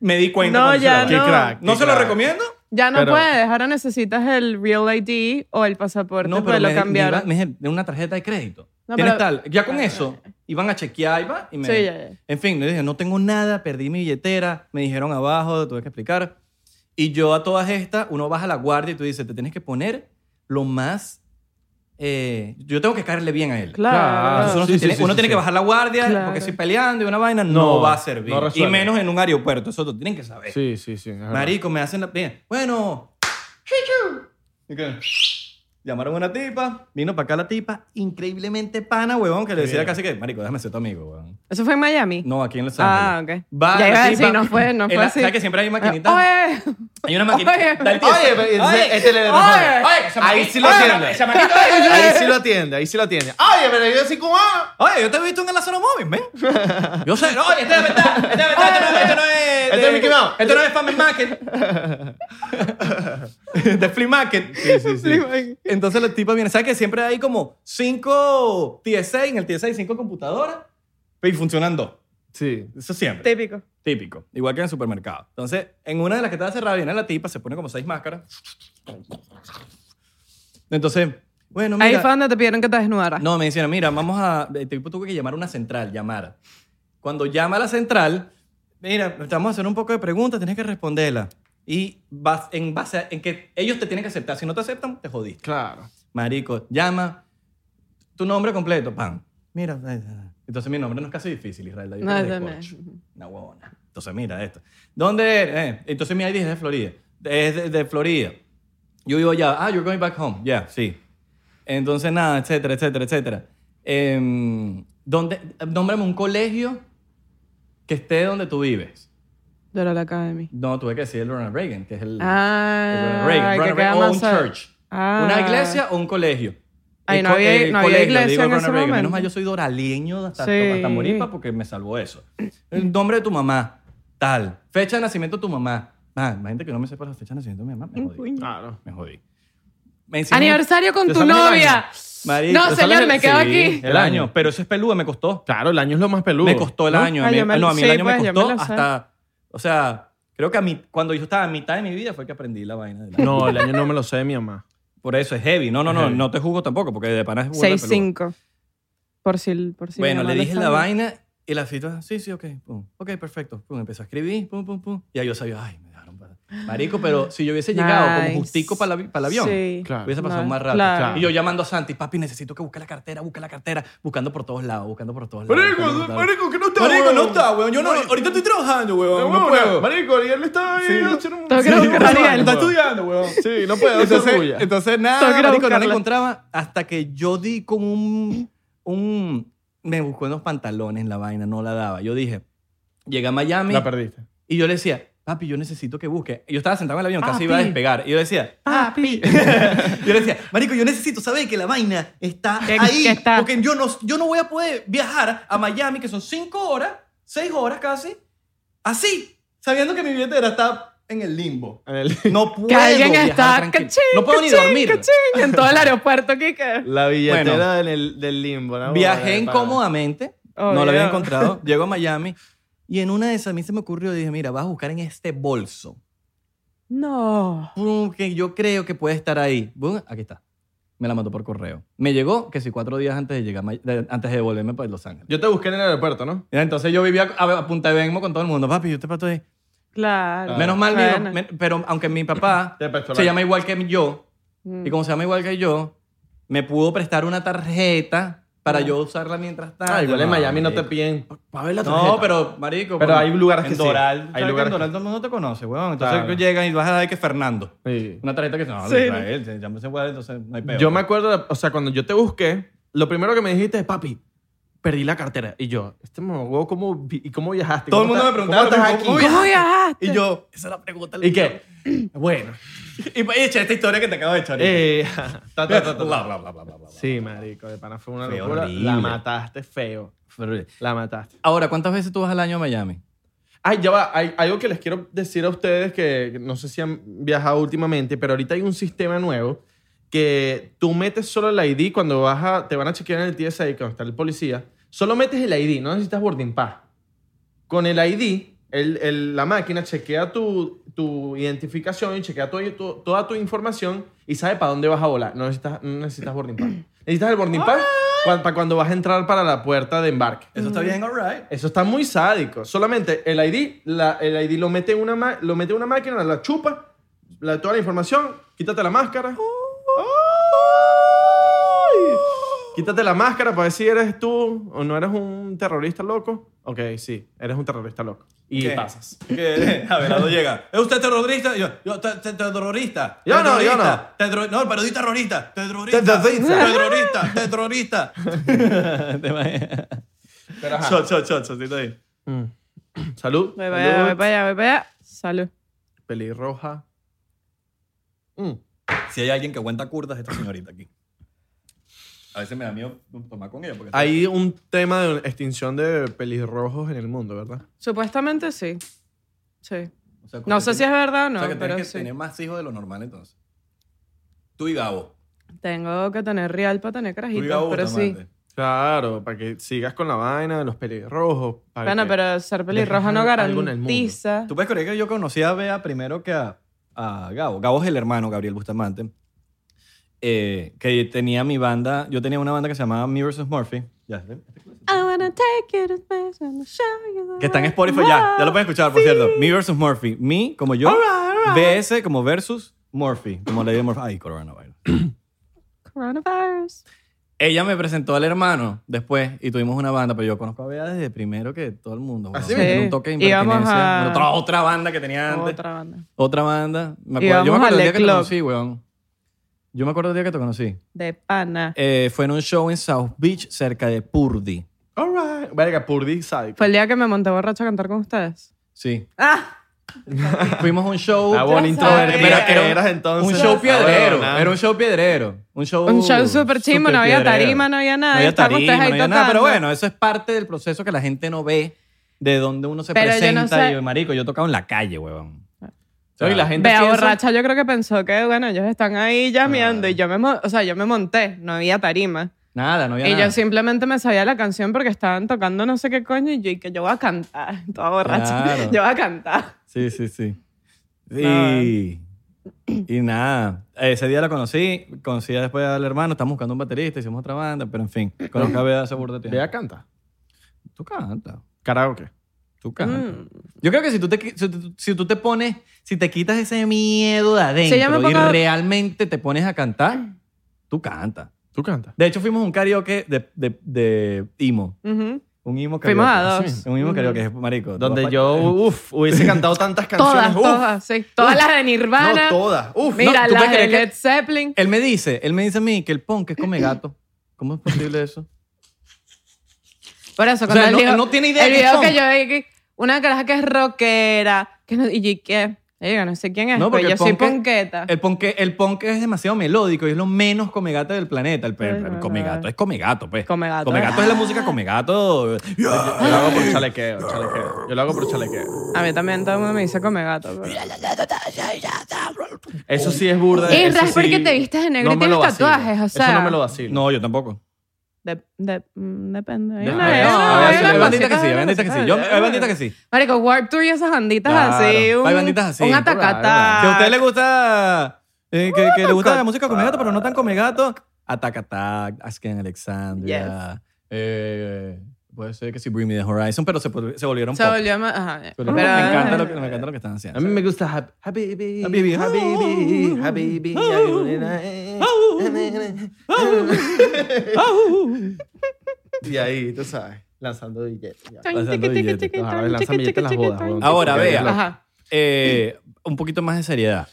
Speaker 2: Me di cuenta.
Speaker 1: No,
Speaker 2: cuando se la
Speaker 1: ya
Speaker 2: vaina.
Speaker 3: Qué
Speaker 1: no.
Speaker 3: crack.
Speaker 2: ¿No
Speaker 3: qué
Speaker 2: se lo
Speaker 3: crack.
Speaker 2: recomiendo?
Speaker 1: Ya no
Speaker 3: Pero-
Speaker 1: puedes, ahora necesitas el Real ID o el pasaporte,
Speaker 2: No, pero
Speaker 1: pues lo
Speaker 2: me-
Speaker 1: cambiaron.
Speaker 2: Me, iba- me dije, una tarjeta de crédito.
Speaker 1: No,
Speaker 2: Tienes
Speaker 1: pero- Ah,
Speaker 2: tal. Ya con eso, iban a chequear y va, y me...
Speaker 1: Sí, ya, ya.
Speaker 2: En fin, le dije, no tengo nada, perdí mi billetera, me dijeron abajo, tuve que explicar. Y yo a todas estas, uno baja la guardia y tú dices, te tienes que poner lo más... eh, yo tengo que caerle bien a él.
Speaker 1: Claro.
Speaker 3: Claro,
Speaker 2: Entonces uno
Speaker 3: sí,
Speaker 2: se
Speaker 3: sí,
Speaker 2: tiene,
Speaker 3: sí,
Speaker 2: uno
Speaker 3: sí,
Speaker 2: tiene
Speaker 3: sí.
Speaker 2: que bajar la guardia
Speaker 1: Claro.
Speaker 2: porque si peleando y una vaina no,
Speaker 3: No,
Speaker 2: va a servir.
Speaker 3: no
Speaker 2: y
Speaker 3: resuelve.
Speaker 2: menos en un aeropuerto, eso lo tienen que saber.
Speaker 3: Sí, sí, sí. es verdad.
Speaker 2: Marico, me hacen la. bien, Bueno. ¿Y qué? Llamaron a una tipa, vino para acá la tipa, increíblemente pana, huevón, que le decía casi que, Marico, déjame ser tu amigo, huevón.
Speaker 1: ¿Eso fue en Miami?
Speaker 2: No, aquí en Los
Speaker 1: Ah,
Speaker 2: Ángeles.
Speaker 1: ok.
Speaker 2: Va
Speaker 1: ya
Speaker 2: la
Speaker 1: iba a
Speaker 2: tipa,
Speaker 1: decir, no fue, no
Speaker 2: en
Speaker 1: fue
Speaker 2: la-
Speaker 1: así. Ah,
Speaker 2: ¿Sabes que siempre hay maquinita?
Speaker 1: Oye,
Speaker 2: Hay una maquinita.
Speaker 1: Oye.
Speaker 2: da el tío.
Speaker 3: Oye, pero entonces,
Speaker 2: Oye.
Speaker 3: este le
Speaker 1: Oye.
Speaker 3: mejor.
Speaker 2: Oye, esa
Speaker 3: Ahí
Speaker 2: maquinita-
Speaker 3: sí lo
Speaker 2: oye,
Speaker 3: atiende.
Speaker 2: esa maquinita-
Speaker 3: Ahí sí lo atiende, ahí sí lo atiende. Oye, pero yo soy cubano.
Speaker 2: Oye, yo te he visto en la zona móvil, ven. Yo sé, oye, este es de verdad, este es de verdad, este no- este no es.
Speaker 3: Este
Speaker 2: de-
Speaker 3: es Mickey Mouse.
Speaker 2: Este no es Family Market. *laughs* De Flea Market.
Speaker 1: sí.
Speaker 2: Entonces la tipa viene, ¿sabes que siempre hay como cinco TSA, en el TSA hay cinco computadoras y funcionan dos.
Speaker 3: Sí.
Speaker 2: Eso siempre.
Speaker 1: típico.
Speaker 2: Típico. Igual que en el supermercado. Entonces, en una de las que estaba cerrada viene la tipa, se pone como seis máscaras. Entonces, bueno, mira.
Speaker 1: Ahí fue donde te pidieron que te desnudaras.
Speaker 2: No, me dijeron, mira, vamos a... El tipo tuvo que llamar a una central, llamar. Cuando llama a la central, mira, te vamos a hacer un poco de preguntas, tienes que responderla. Y vas, en base a- en que ellos te tienen que aceptar. Si no te aceptan, te jodiste.
Speaker 3: Claro.
Speaker 2: Marico, llama tu nombre completo, pan. Mira, eh, eh. entonces mi nombre no es casi difícil, Israel. David
Speaker 1: No,
Speaker 2: Pérez de
Speaker 1: eso no
Speaker 2: Corcho.
Speaker 1: es.
Speaker 2: Una huevona. Entonces mira esto. ¿Dónde eres? Eh, entonces mi ID es de Florida. Es de, de Florida. Yo vivo allá. Ah, you're going back home. Ya, sí. Entonces nada, etcétera, etcétera, etcétera. Em, ¿dónde, nómbrame un colegio que esté donde tú vives.
Speaker 1: De la Academy.
Speaker 2: No, tuve que decir el Ronald Reagan, que es el...
Speaker 1: Ah,
Speaker 2: el Ronald Reagan.
Speaker 1: que
Speaker 2: Ronald
Speaker 1: queda
Speaker 2: Reagan, o
Speaker 1: más
Speaker 2: un
Speaker 1: a-
Speaker 2: church.
Speaker 1: Ah.
Speaker 2: Una iglesia o un colegio.
Speaker 1: Ay,
Speaker 2: El
Speaker 1: no
Speaker 2: co-
Speaker 1: había-
Speaker 2: el
Speaker 1: no había
Speaker 2: colegio,
Speaker 1: iglesia
Speaker 2: digo
Speaker 1: en
Speaker 2: Ronald
Speaker 1: ese
Speaker 2: Reagan.
Speaker 1: momento.
Speaker 2: Menos mal, yo soy doraleño hasta,
Speaker 1: Sí.
Speaker 2: hasta Moripa porque me salvó eso. El nombre de tu mamá, tal. Fecha de nacimiento de tu mamá. Ah, imagínate que no me sepa la fecha de nacimiento de mi mamá. Me jodí.
Speaker 3: Claro.
Speaker 2: Me jodí. Me encima-
Speaker 1: Aniversario con
Speaker 3: Te
Speaker 1: tu
Speaker 3: sale el
Speaker 1: novia.
Speaker 3: año.
Speaker 2: Marico,
Speaker 1: No,
Speaker 2: te
Speaker 1: señor,
Speaker 2: sale el-
Speaker 1: me quedo
Speaker 2: Sí,
Speaker 1: aquí.
Speaker 2: El año. Pero eso es peludo, me costó.
Speaker 3: Claro, el año es lo más peludo.
Speaker 2: Me costó el
Speaker 3: ¿no?
Speaker 2: año. a
Speaker 1: Ah,
Speaker 2: mí-
Speaker 1: yo me-
Speaker 2: no, a mí el
Speaker 1: sí,
Speaker 2: año
Speaker 1: pues,
Speaker 2: me
Speaker 1: yo
Speaker 2: costó
Speaker 1: me lo sé.
Speaker 2: hasta... O sea, creo que a mí, cuando yo estaba a mitad de mi vida fue que aprendí la vaina. del año.
Speaker 3: No, el año no me lo sé de mi mamá.
Speaker 2: Por eso es heavy. No, no,
Speaker 3: Es
Speaker 2: no,
Speaker 3: heavy.
Speaker 2: no te juzgo tampoco porque de pana es burda de peludo.
Speaker 1: 6-5. Por si, por si
Speaker 2: bueno,
Speaker 1: mi
Speaker 2: le
Speaker 1: mamá
Speaker 2: dije
Speaker 1: no
Speaker 2: la
Speaker 1: sabe.
Speaker 2: vaina y la cita, sí, sí, ok, pum, ok, perfecto. Pum, empezó a escribir, pum, pum, pum. Y ahí yo sabía, ay, me dejaron para... Marico, pero si yo hubiese llegado
Speaker 1: Nice.
Speaker 2: como justico para, la- para el avión,
Speaker 1: Sí.
Speaker 3: Claro.
Speaker 2: hubiese pasado
Speaker 1: No,
Speaker 2: más rápido.
Speaker 1: claro.
Speaker 2: Y yo llamando a Santi, papi, necesito que busque la cartera, busque la cartera, buscando por todos lados, buscando por todos lados. buscando por todos lados.
Speaker 3: que no está.
Speaker 2: Marico, no está, weón. Yo no, ahorita estoy trabajando, weón. No puedo.
Speaker 3: Marico, Ariel está ahí.
Speaker 1: Tengo que buscar a Ariel.
Speaker 2: Está estudiando, weón.
Speaker 3: Sí, no puedo.
Speaker 2: Entonces, entonces
Speaker 1: Tengo que
Speaker 2: nada,
Speaker 1: ir a
Speaker 2: marico, no la
Speaker 1: buscarla.
Speaker 2: encontraba hasta que yo di con un, un... Me buscó en los pantalones la vaina, no la daba. Yo dije, llegué a Miami
Speaker 3: la perdiste.
Speaker 2: y yo le decía, papi, yo necesito que busque. Yo estaba sentado en el avión, casi iba a
Speaker 1: Papi.
Speaker 2: despegar. Y yo le decía,
Speaker 1: Papi.
Speaker 2: *laughs* yo le decía, marico, yo necesito saber que la vaina está
Speaker 1: Que-
Speaker 2: ahí.
Speaker 1: que está.
Speaker 2: Porque yo no, yo no voy a poder viajar a Miami, que son cinco horas, seis horas casi, así, sabiendo que mi billetera está en el limbo.
Speaker 3: En el-
Speaker 2: No puedo
Speaker 1: *laughs* Que alguien
Speaker 2: viajar
Speaker 1: está
Speaker 2: tranquilo.
Speaker 1: cachín,
Speaker 2: No puedo
Speaker 1: cachín,
Speaker 2: ni dormir.
Speaker 1: cachín, en todo el aeropuerto, Kike.
Speaker 3: *laughs* La billetera
Speaker 2: Bueno.
Speaker 3: en el- del limbo. ¿no?
Speaker 2: Viajé
Speaker 3: Bueno, para-
Speaker 2: incómodamente.
Speaker 1: Obvio.
Speaker 2: No lo había
Speaker 1: *laughs*
Speaker 2: encontrado. Llego a Miami. Y en una de esas a mí se me ocurrió, dije, mira, vas a buscar en este bolso.
Speaker 1: No.
Speaker 2: Pum, que yo creo que puede estar ahí. Pum, aquí está. Me la mandó por correo. Me llegó, que sí, cuatro días antes de llegar, a Mi- de- antes de devolverme para Los Ángeles.
Speaker 3: Yo te busqué en el aeropuerto, ¿no?
Speaker 2: Y Entonces yo vivía a, a punta de Venmo con todo el mundo. Papi, yo te pato ahí.
Speaker 3: Ah.
Speaker 1: Claro.
Speaker 2: Menos mal, mi-
Speaker 1: Bueno.
Speaker 2: men- pero aunque mi papá
Speaker 3: Te prestó la-
Speaker 2: se llama igual que yo,
Speaker 1: Mm.
Speaker 2: y como se llama igual que yo, me pudo prestar una tarjeta para yo usarla mientras tanto.
Speaker 3: Ah, igual en Miami no te
Speaker 2: marico.
Speaker 3: piden.
Speaker 4: Para ver la tarjeta.
Speaker 2: No, pero, marico.
Speaker 3: Pero
Speaker 2: por-
Speaker 3: hay lugares
Speaker 2: en
Speaker 3: que sí.
Speaker 2: Doral, ¿sabes
Speaker 3: Hay
Speaker 2: que
Speaker 3: lugares
Speaker 2: En
Speaker 3: que
Speaker 2: Doral todo el mundo te conoce, weón. Entonces
Speaker 3: Claro.
Speaker 2: tú llegan y vas a ver que Fernando.
Speaker 3: Sí.
Speaker 2: Una tarjeta que se llama
Speaker 1: Sí.
Speaker 2: Israel, se llama ese weón, entonces no hay pues. peor.
Speaker 3: Yo me acuerdo, o sea, cuando yo te busqué, lo primero que me dijiste es, papi, perdí la cartera. Y yo, este mamagüevo, ¿cómo, vi- y ¿cómo viajaste?
Speaker 2: Todo el
Speaker 3: ¿Cómo
Speaker 2: mundo me
Speaker 3: estás-
Speaker 2: preguntaba,
Speaker 3: ¿Cómo estás
Speaker 2: ¿cómo-
Speaker 3: aquí?
Speaker 2: cómo
Speaker 1: ¿Cómo viajaste?
Speaker 2: Y yo, esa es la pregunta.
Speaker 3: ¿Y qué?
Speaker 2: Bueno. Y, y echa esta historia que te acabo de echar.
Speaker 3: Eh, ta, ta, *laughs* ta, ta,
Speaker 2: Bla,
Speaker 3: ta.
Speaker 2: bla, bla, bla, bla, bla.
Speaker 3: Sí, marico, de pana fue una
Speaker 2: Fue
Speaker 3: locura.
Speaker 2: horrible.
Speaker 3: La mataste feo. La mataste.
Speaker 2: Ahora, ¿cuántas veces tú vas al año a Miami?
Speaker 3: Ay, ya va. Hay algo que les quiero decir a ustedes que que no sé si han viajado últimamente, pero ahorita hay un sistema nuevo que tú metes solo el ID cuando vas a, te van a chequear en el TSA cuando está el policía. Solo metes el ID, no necesitas boarding pass. Con el ID, el- el- la máquina chequea tu, tu identificación y chequea tu- tu- toda tu información y sabe para dónde vas a volar. No necesitas, no necesitas boarding pass. Necesitas el boarding pass cua- para cuando vas a entrar para la puerta de embarque.
Speaker 2: Eso está bien, alright.
Speaker 3: Eso está muy sádico. Solamente el ID, la- el ID lo mete en una ma- lo mete en una máquina, la chupa, la, toda la información, quítate la máscara. Ay. Quítate la máscara para ver si eres tú o no eres un terrorista loco. Ok, sí, eres un terrorista loco. Y
Speaker 2: ¿Qué?
Speaker 3: pasas.
Speaker 2: Que *laughs* Abelardo llega. ¿Es usted terrorista? Y Yo, yo, te- te- terrorista.
Speaker 3: Yo no, yo
Speaker 2: terrorista, terro- no, pero di terrorista. Terrorista.
Speaker 3: Terrorista.
Speaker 2: Terrorista.
Speaker 3: *laughs*
Speaker 2: Terrorista. Te imaginas.
Speaker 3: Pero ajá.
Speaker 2: Shot, shot, shot, shotcito ahí.
Speaker 3: Mm. Salud.
Speaker 1: Voy para allá, voy
Speaker 3: Salud.
Speaker 1: para allá, voy para allá. Salud.
Speaker 3: Pelirroja. Mm.
Speaker 2: Si hay alguien que aguanta curdas, esta señorita aquí. A veces me da miedo tomar con ella. Porque
Speaker 3: Hay un tema de extinción de pelirrojos en el mundo, ¿verdad?
Speaker 1: Supuestamente sí. Sí.
Speaker 2: O sea,
Speaker 1: No sé si es verdad o no,
Speaker 2: o sea, que
Speaker 1: pero
Speaker 2: tienes que
Speaker 1: sí.
Speaker 2: tener más hijos de lo normal entonces. Tú y Gabo.
Speaker 1: Tengo que tener real para tener
Speaker 2: Tú y
Speaker 1: carajitos,
Speaker 2: Gabo
Speaker 1: pero sí.
Speaker 2: Bustamante.
Speaker 3: Claro, para que sigas con la vaina de los pelirrojos. para
Speaker 1: Bueno,
Speaker 3: que-
Speaker 1: pero ser pelirroja no
Speaker 3: Dejar algo en el mundo.
Speaker 1: garantiza.
Speaker 2: Tú puedes creer que yo conocí a Bea primero que a, a Gabo. Gabo es el hermano, Gabriel Bustamante. eh, que tenía mi banda. Yo tenía una banda que se llamaba Me vs. Murphy. Ya, ¿sí?
Speaker 1: I wanna take you to space and show you the
Speaker 2: Que está en
Speaker 1: way.
Speaker 2: Spotify ya. Ya lo pueden escuchar, por cierto. Me vs. Murphy. Me como yo. BS como versus Murphy. Como le digo Murphy. Ay, coronavirus.
Speaker 1: Coronavirus.
Speaker 2: Ella me presentó al hermano después y tuvimos una banda, pero yo conozco a Bea desde primero que todo el mundo.
Speaker 3: Así
Speaker 2: weón.
Speaker 3: mismo.
Speaker 2: Tiene un toque de
Speaker 1: Sí. Íbamos
Speaker 2: impertinencia.
Speaker 1: a-
Speaker 2: Bueno, otra, otra banda que tenía antes. Otra,
Speaker 1: Otra banda.
Speaker 2: banda. Me
Speaker 1: Íbamos
Speaker 2: acuerdo, yo me
Speaker 1: a
Speaker 2: acuerdo el
Speaker 1: Le
Speaker 2: día que te
Speaker 1: Club.
Speaker 2: conocí, weón. Yo me acuerdo el día que te conocí.
Speaker 1: De pana.
Speaker 2: Eh, fue en un show en South Beach cerca de Purdy.
Speaker 3: All right. Verga, Purdy, sádico.
Speaker 1: Fue el día que me monté borracho a cantar con ustedes.
Speaker 2: Sí.
Speaker 1: ¡Ah!
Speaker 2: Fuimos a un show.
Speaker 3: La buena
Speaker 1: sabía.
Speaker 3: introvertida
Speaker 2: Pero
Speaker 3: que
Speaker 2: era un-
Speaker 3: eras entonces.
Speaker 2: un show piedrero.
Speaker 3: Ahora,
Speaker 2: Era un show piedrero. Un show.
Speaker 1: Un show súper chimbo, no había
Speaker 2: piedrero.
Speaker 1: tarima, no había nada.
Speaker 2: Oh, No había
Speaker 1: Estaban
Speaker 2: tarima,
Speaker 1: ustedes ahí
Speaker 2: no había nada, pero
Speaker 1: tocando.
Speaker 2: bueno, eso es parte del proceso que la gente no ve de donde uno se
Speaker 1: Pero yo
Speaker 2: presenta
Speaker 1: no sé- Ah.
Speaker 2: y yo, marico, yo he tocado en la calle, huevón. O sea,
Speaker 3: No, y la gente
Speaker 1: Vea,
Speaker 3: piensa-
Speaker 1: borracha, yo creo que pensó que, bueno, ellos están ahí llameando y yo me, mo- o sea, yo me monté, no había tarima.
Speaker 2: Nada, no había
Speaker 1: Y
Speaker 2: nada.
Speaker 1: yo simplemente me sabía la canción porque estaban tocando no sé qué coño y yo, y que yo voy a cantar, *laughs* toda borracha,
Speaker 2: Claro.
Speaker 1: yo voy a cantar.
Speaker 2: Sí, sí, sí.
Speaker 1: Nada.
Speaker 2: Y, y nada, ese día la conocí, conocí después al hermano, estamos buscando un baterista, hicimos otra banda, pero en fin, conozco a Bea hace burda de tiempo.
Speaker 3: Vea, canta.
Speaker 2: Tú canta,
Speaker 3: Karaoke.
Speaker 2: tú
Speaker 1: Mm.
Speaker 2: canta. Yo creo que si tú, te, qui- si, tú- si tú te pones, si te quitas ese miedo de adentro
Speaker 1: yo me
Speaker 2: y
Speaker 1: pongo-
Speaker 2: realmente te pones a cantar, tú canta.
Speaker 3: Tú canta.
Speaker 2: De hecho, fuimos a un karaoke de, de, de Imo.
Speaker 1: Ujú.
Speaker 2: Un Imo karaoke. Ah,
Speaker 1: Fuimos a dos.
Speaker 2: Sí, Un Imo karaoke, es marico.
Speaker 3: Donde
Speaker 2: Papá-
Speaker 3: yo, uff, *laughs* hubiese cantado tantas
Speaker 1: Todas,
Speaker 3: canciones. uf.
Speaker 1: todas, sí. Todas las de Nirvana.
Speaker 3: No, todas. Uf,
Speaker 1: Mira,
Speaker 2: No, ¿tú
Speaker 1: las
Speaker 2: puedes
Speaker 1: de
Speaker 2: creer que-
Speaker 1: Led Zeppelin.
Speaker 2: Él me dice, él me dice a mí que el punk es come gato. ¿Cómo es posible
Speaker 1: *laughs*
Speaker 2: eso?
Speaker 1: Por eso,
Speaker 2: O
Speaker 1: cuando
Speaker 2: sea,
Speaker 1: él
Speaker 2: no-
Speaker 1: dijo,
Speaker 2: él no tiene idea
Speaker 1: El
Speaker 2: de qué
Speaker 1: video
Speaker 2: son.
Speaker 1: que yo vi, que una caraja que es rockera, que no, y yo, ¿qué? Ella, no sé quién es,
Speaker 2: No,
Speaker 1: pero
Speaker 2: porque
Speaker 1: yo
Speaker 2: el
Speaker 1: soy
Speaker 2: punk es-
Speaker 1: ponqueta.
Speaker 2: El punk, el punk es demasiado melódico y es lo menos come gato del planeta. El, el- el come gato es come gato, pues.
Speaker 1: Come gato. Ah.
Speaker 2: Come gato es la música come gato.
Speaker 3: Yo lo hago por chalequeo, chalequeo. Yo lo hago por chalequeo.
Speaker 1: A mí también todo el mundo me dice come gato. pero-
Speaker 3: Eso sí es burda.
Speaker 1: Isra,
Speaker 3: eso
Speaker 1: es porque
Speaker 3: sí-
Speaker 1: te vistes de negro y
Speaker 3: No me
Speaker 1: tienes
Speaker 3: lo vacilo.
Speaker 1: tatuajes, o
Speaker 3: Eso
Speaker 1: sea.
Speaker 3: no me lo vacilo.
Speaker 2: No, yo tampoco.
Speaker 1: De- de- mm, depende. Hay
Speaker 3: No,
Speaker 1: una-
Speaker 3: no,
Speaker 1: hay una-
Speaker 3: no,
Speaker 1: hay
Speaker 3: hay
Speaker 1: una
Speaker 2: hay banditas que
Speaker 1: cosita,
Speaker 2: sí, hay
Speaker 1: una
Speaker 2: banditas que sí.
Speaker 1: cosita,
Speaker 2: Yo-
Speaker 1: hay
Speaker 2: Hay
Speaker 1: una-
Speaker 2: banditas que sí.
Speaker 1: Marico, Warped Tour y esas banditas
Speaker 2: Claro,
Speaker 1: así. Un,
Speaker 2: hay banditas así,
Speaker 1: Un
Speaker 2: claro.
Speaker 1: atacata.
Speaker 2: Si a usted le gusta, eh, que, que le gusta la música come gato, pero no tan come gato, Attack Attack, Asken Alexandria, eh, Puede ser que sí, Bring Me the Horizon, pero se, vol- se volvieron
Speaker 1: Se
Speaker 2: pop.
Speaker 1: volvió más. Ajá.
Speaker 2: Pero me,
Speaker 1: Pero-
Speaker 2: encanta lo que, me encanta lo que están
Speaker 3: A
Speaker 2: haciendo.
Speaker 3: mí me gusta Hab- Habibi.
Speaker 2: Habibi.
Speaker 3: Habibi. Habibi. *laughs*
Speaker 2: Ah, uh,
Speaker 6: Y ahí, tú sabes, lanzando billetes. ya.
Speaker 1: Ay,
Speaker 2: Pasando
Speaker 1: tiqui, tiqui,
Speaker 2: billetes.
Speaker 1: tiqui,
Speaker 3: Los
Speaker 1: tan,
Speaker 3: árabes lanzan
Speaker 1: tiqui,
Speaker 3: billetes en
Speaker 1: tiqui,
Speaker 3: las
Speaker 1: tiqui,
Speaker 3: bodas,
Speaker 1: tan.
Speaker 3: weón.
Speaker 2: Ahora,
Speaker 3: Porque
Speaker 2: vea.
Speaker 1: Ajá.
Speaker 2: Eh, un poquito más de seriedad.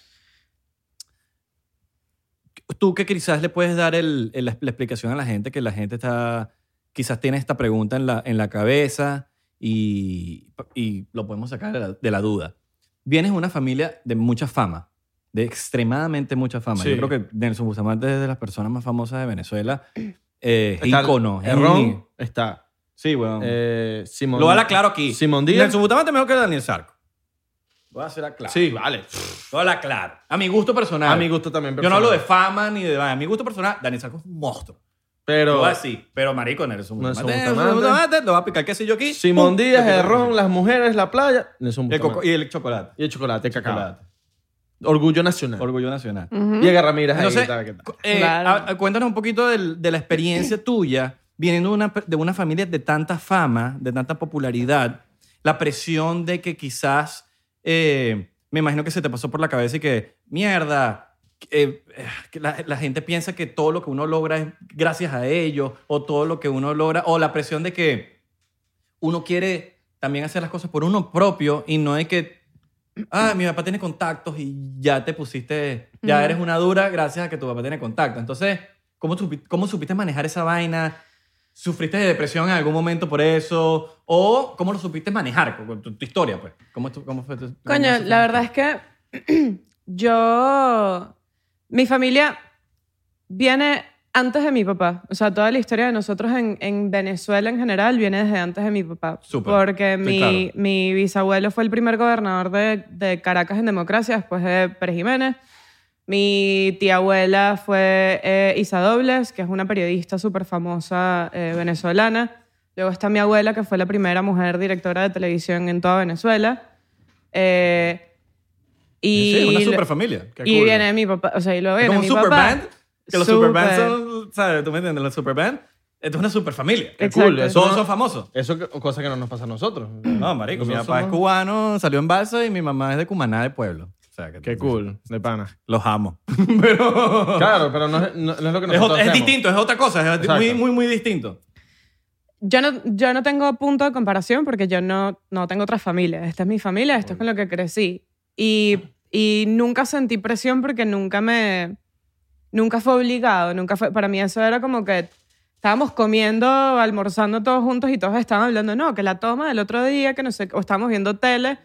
Speaker 2: Tú que quizás le puedes dar el- el- la la explicación a la gente, que la gente está, quizás tiene esta pregunta en la, en la cabeza y, y lo podemos sacar de la, de la duda. Vienes de una familia de mucha fama, de extremadamente mucha fama.
Speaker 3: Sí.
Speaker 2: Yo creo que Nelson Bustamante es de las personas más famosas de Venezuela. Eh, es
Speaker 3: Está
Speaker 2: ícono. es
Speaker 3: Errón está.
Speaker 2: Sí, weón.
Speaker 3: Eh, Simón.
Speaker 2: lo voy a dar claro aquí.
Speaker 3: Simón Díaz.
Speaker 2: Nelson Bustamante mejor que Daniel Sarco. Voy a hacer claro.
Speaker 3: Sí, vale.
Speaker 2: No la claro. A mi gusto personal.
Speaker 3: A mi gusto también.
Speaker 2: Yo no hablo de
Speaker 3: personal.
Speaker 2: fama ni de vaina. A mi gusto personal, Daniel Sarco es un monstruo. Lo
Speaker 3: Pero
Speaker 2: voy a decir. Pero marico, Nelson
Speaker 3: Nelson
Speaker 2: Bustamante. Nelson
Speaker 3: Bustamante.
Speaker 2: Bustamante, Lo va a picar qué sé yo aquí.
Speaker 3: Simón
Speaker 2: Pum.
Speaker 3: Díaz,
Speaker 2: El
Speaker 3: el
Speaker 2: coco-
Speaker 3: ron, las mujeres, la playa. Nelson
Speaker 2: el coco- Y
Speaker 3: Bustamante.
Speaker 2: el chocolate.
Speaker 3: Y el chocolate, el cacao.
Speaker 2: Chocolate.
Speaker 3: Orgullo nacional.
Speaker 2: Orgullo nacional.
Speaker 3: Y agarra miras ahí.
Speaker 2: Entonces,
Speaker 3: tal, que tal.
Speaker 2: eh,
Speaker 1: Claro.
Speaker 2: a- a- cuéntanos un poquito del- de la
Speaker 3: *clears throat*
Speaker 2: experiencia tuya, viniendo de una, de una familia de tanta fama, de tanta popularidad, la presión de que quizás, eh, me imagino que se te pasó por la cabeza y que, mierda, eh, eh, que la, la gente piensa que todo lo que uno logra es gracias a ellos, o todo lo que uno logra, o la presión de que uno quiere también hacer las cosas por uno propio y no es que Ah, mi papá tiene contactos y ya te pusiste, ya eres una dura gracias a que tu papá tiene contactos. Entonces, ¿cómo, supi- ¿cómo supiste manejar esa vaina? ¿Sufriste de depresión en algún momento por eso? ¿O cómo lo supiste manejar con- con tu, tu historia, pues? ¿Cómo, tu- cómo fue tu,
Speaker 1: Coño, la verdad es que *clears throat* yo, mi familia viene antes de mi papá. O sea, toda la historia de nosotros en, en Venezuela en general viene desde antes de mi papá.
Speaker 2: Súper,
Speaker 1: Porque
Speaker 2: estoy
Speaker 1: mi,
Speaker 2: claro.
Speaker 1: mi bisabuelo fue el primer gobernador de, de Caracas en democracia después de Pérez Jiménez. Mi tía abuela fue eh, Isa Dobles, que es una periodista súper famosa eh, venezolana. Luego está mi abuela, que fue la primera mujer directora de televisión en toda Venezuela. Eh, y
Speaker 2: Sí, una
Speaker 1: lo-
Speaker 2: super familia.
Speaker 1: y viene mi papá, o sea, y luego viene
Speaker 2: como un
Speaker 1: mi
Speaker 2: super
Speaker 1: papá.
Speaker 2: band. Que los
Speaker 1: Súper.
Speaker 2: super bands son, ¿sabes? ¿Tú me entiendes? Los super band. Esto es una super familia.
Speaker 1: Qué cool, Exacto. eso
Speaker 2: Todos
Speaker 3: no-
Speaker 2: son famosos.
Speaker 3: Eso es cosa que no nos pasa a nosotros.
Speaker 2: No, marico, mi
Speaker 3: Nosotros
Speaker 2: papá es
Speaker 3: somos-
Speaker 2: cubano, salió en balsa y mi mamá es de Cumaná de pueblo. O sea, que-
Speaker 3: Qué cool, de pana.
Speaker 2: Los amo. *laughs* Pero.
Speaker 3: Claro, pero no es, no- no es lo que
Speaker 2: Es,
Speaker 3: nosotros
Speaker 2: ot- es
Speaker 3: hacemos.
Speaker 2: distinto, es otra cosa. Es
Speaker 3: Exacto.
Speaker 2: muy, muy, muy distinto.
Speaker 1: Yo no, yo no tengo punto de comparación porque yo no, no tengo otra familia. Esta es mi familia, esto es con lo que crecí. Y, y nunca sentí presión porque nunca me... Nunca fue obligado, nunca fue... Para mí eso era como que estábamos comiendo, almorzando todos juntos y todos estaban hablando, no, que la toma del otro día, que no sé, qué, o estábamos viendo tele.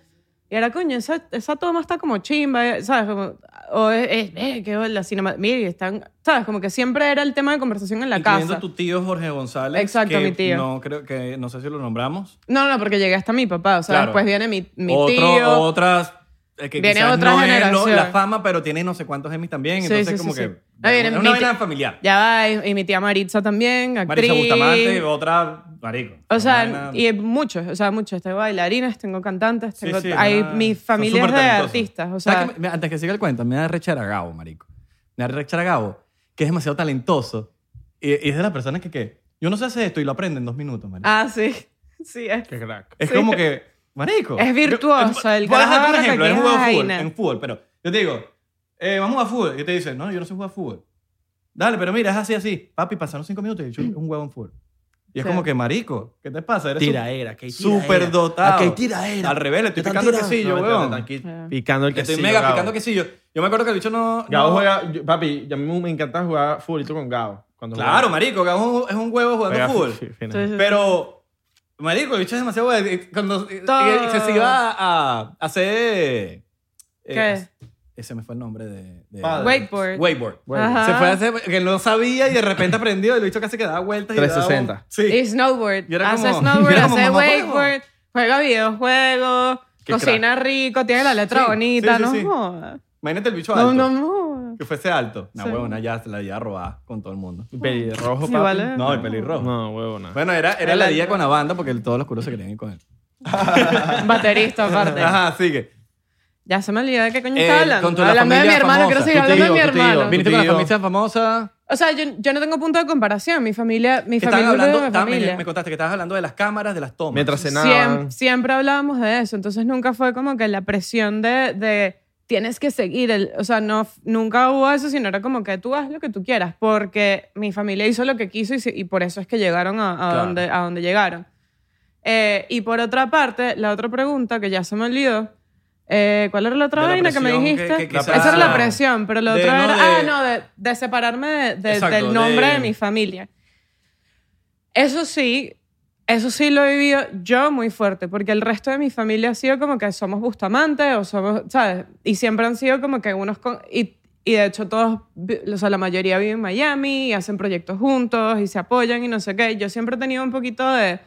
Speaker 1: Y era, coño, esa, esa toma está como chimba, eh, ¿sabes? Como, o es, es- eh, qué la cinema... Mira, están... ¿Sabes? Como que siempre era el tema de conversación en la
Speaker 2: Incluyendo
Speaker 1: casa.
Speaker 2: tu tío Jorge González.
Speaker 1: Exacto,
Speaker 2: que
Speaker 1: mi tío.
Speaker 2: No, creo que, no sé si lo nombramos.
Speaker 1: No, no, porque llegué hasta mi papá. O sea,
Speaker 2: Claro.
Speaker 1: después viene mi, mi
Speaker 2: Otro-
Speaker 1: tío.
Speaker 2: Otras. eh, que
Speaker 1: Viene
Speaker 2: quizás
Speaker 1: otra
Speaker 2: no es, no,
Speaker 1: generación.
Speaker 2: la fama, pero tiene no sé cuántos Emmys también.
Speaker 1: Sí,
Speaker 2: entonces,
Speaker 1: sí, sí,
Speaker 2: como
Speaker 1: sí.
Speaker 2: que.
Speaker 1: Ah, viene
Speaker 2: una
Speaker 1: mi
Speaker 2: vaina
Speaker 1: ti-
Speaker 2: familiar.
Speaker 1: Ya va, y, y mi tía Maritza también, actriz.
Speaker 2: Marisa Bustamante, otra. Marico.
Speaker 1: o
Speaker 2: Una
Speaker 1: sea,
Speaker 2: vaina-
Speaker 1: y muchos, o sea, muchos. Tengo bailarines, tengo cantantes,
Speaker 2: Sí,
Speaker 1: tengo,
Speaker 2: sí,
Speaker 1: hay
Speaker 2: una-
Speaker 1: mis
Speaker 2: son
Speaker 1: familias de
Speaker 2: súper talentosos.
Speaker 1: artistas, o
Speaker 2: ¿Sabes
Speaker 1: sea,
Speaker 2: qué me- antes que siga el cuento, me da rechera Gabo, marico. Me da rechera Gabo, que es demasiado talentoso. Y, y es de las personas que, que, yo no sé hacer esto y lo aprende en dos minutos, marico.
Speaker 1: ah, sí, *laughs* sí, es,
Speaker 3: Qué crack.
Speaker 2: es
Speaker 1: sí.
Speaker 2: como que, marico.
Speaker 1: Es virtuoso, el
Speaker 2: Voy a darte
Speaker 1: carajo
Speaker 2: un
Speaker 1: ahora
Speaker 2: ejemplo,
Speaker 1: que
Speaker 2: él
Speaker 1: qué
Speaker 2: juega fútbol,
Speaker 1: vaina.
Speaker 2: en fútbol, pero yo te digo, eh, vamos a jugar fútbol. Y te dice, no, yo no sé jugar fútbol. Dale, pero mira, es así, así. Papi, pasaron cinco minutos y yo un huevo en fútbol. Y es
Speaker 1: Sí.
Speaker 2: como que, marico, ¿qué te pasa? Eres
Speaker 6: Tiraera, que hay tiraera.
Speaker 2: súper dotado.
Speaker 6: Ah, que hay tiraera.
Speaker 2: Al revés, le estoy
Speaker 6: Te están
Speaker 2: picando el
Speaker 6: tirando.
Speaker 2: quesillo,
Speaker 3: No,
Speaker 2: huevón.
Speaker 3: te- te- te-
Speaker 1: Ah.
Speaker 3: Picando el
Speaker 2: Que
Speaker 3: quesillo.
Speaker 2: estoy mega
Speaker 3: Gabo.
Speaker 2: picando quesillo. Yo me acuerdo que el bicho no.
Speaker 3: Gabo
Speaker 2: no-
Speaker 3: juega... yo- papi, a mí me encanta jugar futbolito con Gabo. Cuando
Speaker 2: Claro,
Speaker 3: juega-
Speaker 2: marico, Gabo es un- es un huevo jugando
Speaker 3: juega
Speaker 2: fútbol.
Speaker 3: fi- fina.
Speaker 1: Entonces,
Speaker 2: Pero, marico, el bicho es demasiado bueno. Y Cuando y-
Speaker 1: Todo.
Speaker 2: y se iba a, a hacer. eh,
Speaker 1: ¿Qué?
Speaker 2: Ese me fue el nombre de. de-
Speaker 3: Padre.
Speaker 1: Wakeboard.
Speaker 2: Wakeboard.
Speaker 1: Ajá.
Speaker 2: Se fue a hacer. Que no sabía y de repente aprendió. El bicho casi que daba vueltas. y
Speaker 3: 360.
Speaker 2: daba- Sí.
Speaker 1: Y snowboard.
Speaker 2: Yo era
Speaker 1: hace
Speaker 2: como- *laughs* yo
Speaker 1: snowboard,
Speaker 2: era como,
Speaker 1: hace
Speaker 2: "Mamá, juego".
Speaker 1: wakeboard, juega videojuegos,
Speaker 3: Qué
Speaker 1: cocina rico, tiene la letra
Speaker 2: Sí, sí,
Speaker 1: bonita,
Speaker 2: sí,
Speaker 1: no
Speaker 2: sí.
Speaker 1: jodas.
Speaker 2: Imagínate el bicho alto.
Speaker 1: No, no, no.
Speaker 2: Que fuese alto. Una
Speaker 1: Sí.
Speaker 2: huevona ya se la iba a robar con todo el mundo.
Speaker 3: Pelirrojo, papi.
Speaker 1: Igual es-
Speaker 2: No, el pelirrojo.
Speaker 3: No, huevo, nada.
Speaker 2: Bueno, era, era la día con la banda porque todos los curos se querían ir con él.
Speaker 1: *laughs* Baterista aparte.
Speaker 2: Ajá, sigue.
Speaker 1: Ya se me olvidó de qué coño
Speaker 2: Eh,
Speaker 1: estaba hablando.
Speaker 2: con tu- la
Speaker 1: hablando de mi
Speaker 2: familia
Speaker 1: hermano,
Speaker 2: famosa.
Speaker 1: quiero seguir
Speaker 3: Tu
Speaker 1: hablando de
Speaker 3: tío,
Speaker 1: mi
Speaker 3: tu tío.
Speaker 1: hermano.
Speaker 2: Viniste con la
Speaker 3: tío.
Speaker 2: familia famosa.
Speaker 1: O sea, yo, yo no tengo punto de comparación. Mi familia, mi
Speaker 2: Que estaban
Speaker 1: familia es
Speaker 2: hablando,
Speaker 1: de mi
Speaker 2: estaban- me,
Speaker 1: familia.
Speaker 2: me contaste que estabas hablando de las cámaras, de las tomas.
Speaker 3: Mientras
Speaker 1: Siem-
Speaker 3: cenaban.
Speaker 1: siempre hablábamos de eso, entonces nunca fue como que la presión de, de tienes que seguir, el, o sea, no, nunca hubo eso, sino era como que tú haz lo que tú quieras, porque mi familia hizo lo que quiso y, se- y por eso es que llegaron a, a
Speaker 2: Claro.
Speaker 1: donde, a donde llegaron. Eh, y por otra parte, la otra pregunta que ya se me olvidó, eh, ¿cuál era la otra
Speaker 2: De la
Speaker 1: vaina que me
Speaker 2: presión que-
Speaker 1: dijiste?
Speaker 2: que- que
Speaker 1: Esa
Speaker 2: quizás-
Speaker 1: era la presión, pero la
Speaker 2: De
Speaker 1: otra
Speaker 2: no
Speaker 1: era,
Speaker 2: de-
Speaker 1: ah, no, de, de separarme de- de-
Speaker 2: Exacto,
Speaker 1: del nombre
Speaker 2: de-
Speaker 1: de... mi familia. Eso sí, eso sí lo he vivido yo muy fuerte, porque el resto de mi familia ha sido como que somos Bustamante o somos, ¿sabes? Y siempre han sido como que unos... con- y, y de hecho todos, vi- o sea, la mayoría vive en Miami y hacen proyectos juntos y se apoyan y no sé qué. Yo siempre he tenido un poquito de...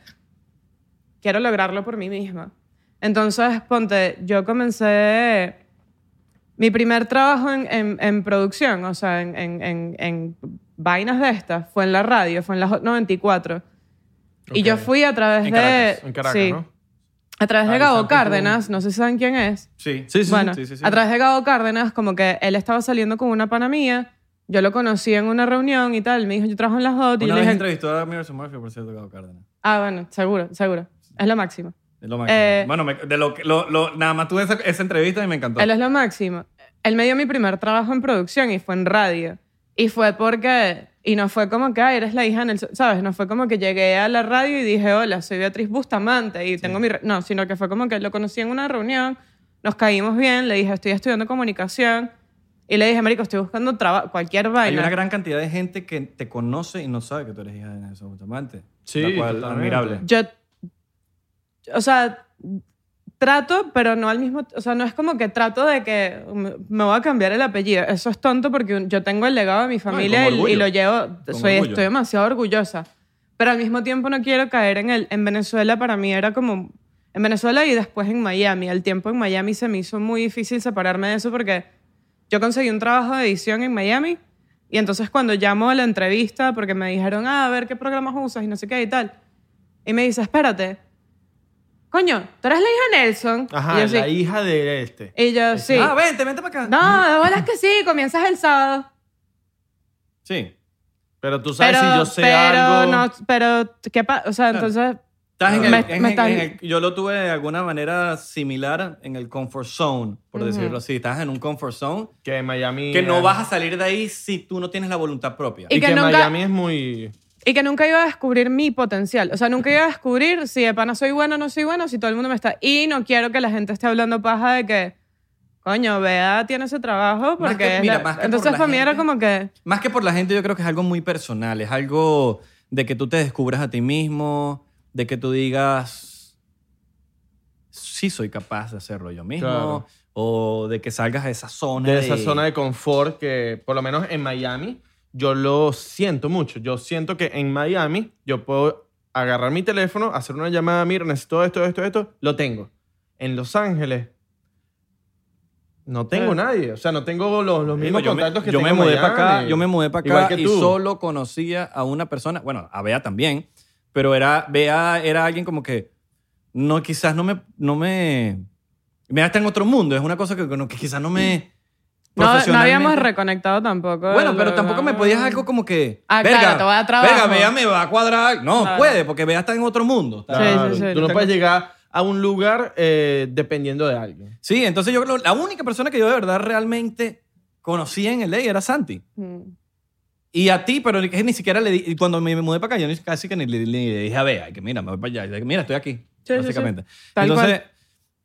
Speaker 1: Quiero lograrlo por mí misma. Entonces, ponte, yo comencé mi primer trabajo en, en- en producción, o sea, en, en- en- en vainas de estas, fue en la radio, fue en la Hot 94. Y yo fui a través
Speaker 3: En
Speaker 1: de...
Speaker 3: Caracas, en Caracas,
Speaker 1: sí,
Speaker 3: ¿no?
Speaker 1: A través
Speaker 2: Ah,
Speaker 1: de
Speaker 2: en San Pedro.
Speaker 1: Gabo Cárdenas, no sé si saben quién es.
Speaker 2: Sí.
Speaker 1: bueno,
Speaker 2: sí, sí, sí.
Speaker 1: a través de Gabo Cárdenas, como que él estaba saliendo con una pana mía, yo lo conocí en una reunión y tal, me dijo, yo trabajo en las Hot,
Speaker 2: Una
Speaker 1: y yo le
Speaker 2: vez
Speaker 1: dije,
Speaker 2: entrevistó a Mirror Murphy, por cierto, Gabo Cárdenas.
Speaker 1: ah, bueno, seguro, seguro, es lo máximo.
Speaker 2: Es lo máximo.
Speaker 1: Eh,
Speaker 2: bueno, me- de lo, que- lo- lo- nada más tuve esa, esa entrevista y me encantó.
Speaker 1: Él es lo máximo. Él me dio mi primer trabajo en producción y fue en radio. Y fue porque... Y no fue como que, ah, eres la hija en el... ¿Sabes? No fue como que llegué a la radio y dije, hola, soy Beatriz Bustamante y tengo mi... re-". No, sino que fue como que lo conocí en una reunión, nos caímos bien, le dije, estoy estudiando comunicación. Y le dije, marico, estoy buscando trabajo, cualquier
Speaker 2: Hay
Speaker 1: vaina.
Speaker 2: una gran cantidad de gente que te conoce y no sabe que tú eres hija de Nelson Bustamante.
Speaker 3: Sí,
Speaker 2: La cual,
Speaker 3: totalmente.
Speaker 2: admirable.
Speaker 1: Yo, o sea, trato, pero no al mismo, o sea, no es como que trato de que me- me voy a cambiar el apellido. Eso es tonto porque un- yo tengo el legado de mi familia
Speaker 2: con
Speaker 1: y- y,
Speaker 2: orgullo.
Speaker 1: lo llevo,
Speaker 2: Con
Speaker 1: soy,
Speaker 2: orgullo.
Speaker 1: estoy demasiado orgullosa. Pero al mismo tiempo no quiero caer en el, en Venezuela para mí era como, en Venezuela y después en Miami. Al tiempo en Miami se me hizo muy difícil separarme de eso porque yo conseguí un trabajo de edición en Miami y entonces cuando llamo a la entrevista porque me dijeron, ah, a ver qué programas usas y no sé qué y tal. Y me dice, espérate. Coño, tú eres la hija de Nelson.
Speaker 6: Ajá,
Speaker 1: y yo,
Speaker 6: la
Speaker 1: sí.
Speaker 6: hija de este.
Speaker 1: Y yo, sí.
Speaker 2: Ah, vente, vente para acá.
Speaker 1: No, de bolas que sí, comienzas el sábado.
Speaker 2: Sí.
Speaker 3: Pero tú sabes
Speaker 1: Pero,
Speaker 3: si yo sé
Speaker 1: pero,
Speaker 3: algo.
Speaker 1: no, pero, ¿qué pasa? O sea, entonces,
Speaker 2: Estás en el-
Speaker 1: Me-
Speaker 2: en
Speaker 1: me
Speaker 2: el-
Speaker 1: estás-
Speaker 2: en el- yo lo tuve de alguna manera similar en el comfort zone, por decirlo así. Estás en un comfort zone
Speaker 3: Que en Miami.
Speaker 2: que no
Speaker 3: eh,
Speaker 2: vas a salir de ahí si tú no tienes la voluntad propia.
Speaker 1: Y
Speaker 3: Y,
Speaker 1: que
Speaker 3: que,
Speaker 1: nunca-
Speaker 3: Miami es muy.
Speaker 1: y que nunca iba a descubrir mi potencial. O sea, nunca iba a descubrir si de pana soy buena o no soy buena, si todo el mundo me está... Y no quiero que la gente esté hablando paja de que, coño, Bea tiene ese trabajo
Speaker 2: Más
Speaker 1: porque...
Speaker 2: que-
Speaker 1: es
Speaker 2: mira,
Speaker 1: la-
Speaker 2: más que por
Speaker 1: entonces
Speaker 2: la
Speaker 1: para mí era
Speaker 2: gente.
Speaker 1: como que...
Speaker 2: Más que por la gente, yo creo que es algo muy personal. Es algo de que tú te descubras a ti mismo, de que tú digas, sí soy capaz de hacerlo yo mismo,
Speaker 3: Claro.
Speaker 2: o de que salgas de esa zona.
Speaker 3: De esa zona de confort que, por lo menos en Miami, yo lo siento mucho. Yo siento que en Miami yo puedo agarrar mi teléfono, hacer una llamada, mira, necesito esto, esto, esto, lo tengo. En Los Ángeles no tengo nadie. O sea, no tengo los, los mismos
Speaker 2: Eh. yo me,
Speaker 3: contactos que
Speaker 2: yo
Speaker 3: tengo
Speaker 2: me
Speaker 3: en
Speaker 2: mudé para
Speaker 3: Miami.
Speaker 2: acá, yo me mudé para acá
Speaker 3: Igual que
Speaker 2: y
Speaker 3: tú.
Speaker 2: solo conocía a una persona, bueno, a Bea también, pero era Bea era alguien como que no quizás no me no me Bea está en otro mundo, es una cosa que, que quizás no me
Speaker 1: No, no habíamos
Speaker 2: profesionalmente-
Speaker 1: reconectado tampoco.
Speaker 2: Bueno, pero
Speaker 1: Lo-
Speaker 2: tampoco me podías algo como que.
Speaker 1: Ah,
Speaker 2: verga,
Speaker 1: claro, te voy a trabajo".
Speaker 2: Verga, Bea me va a cuadrar. No,
Speaker 1: Claro.
Speaker 2: puede, porque Bea está en otro mundo.
Speaker 1: Sí, sí, sí.
Speaker 3: Tú no puedes llegar a un lugar eh, dependiendo de alguien.
Speaker 2: Sí, entonces yo creo que la única persona que yo de verdad realmente conocía en el ley era Santi.
Speaker 1: Mm.
Speaker 2: Y a ti, pero que ni siquiera le di. Y cuando me mudé para acá, yo ni- casi que ni le, ni le dije a Bea, que mira, me voy para allá. Y le dije, mira, estoy aquí.
Speaker 1: sí,
Speaker 2: básicamente.
Speaker 1: Tal
Speaker 2: Entonces,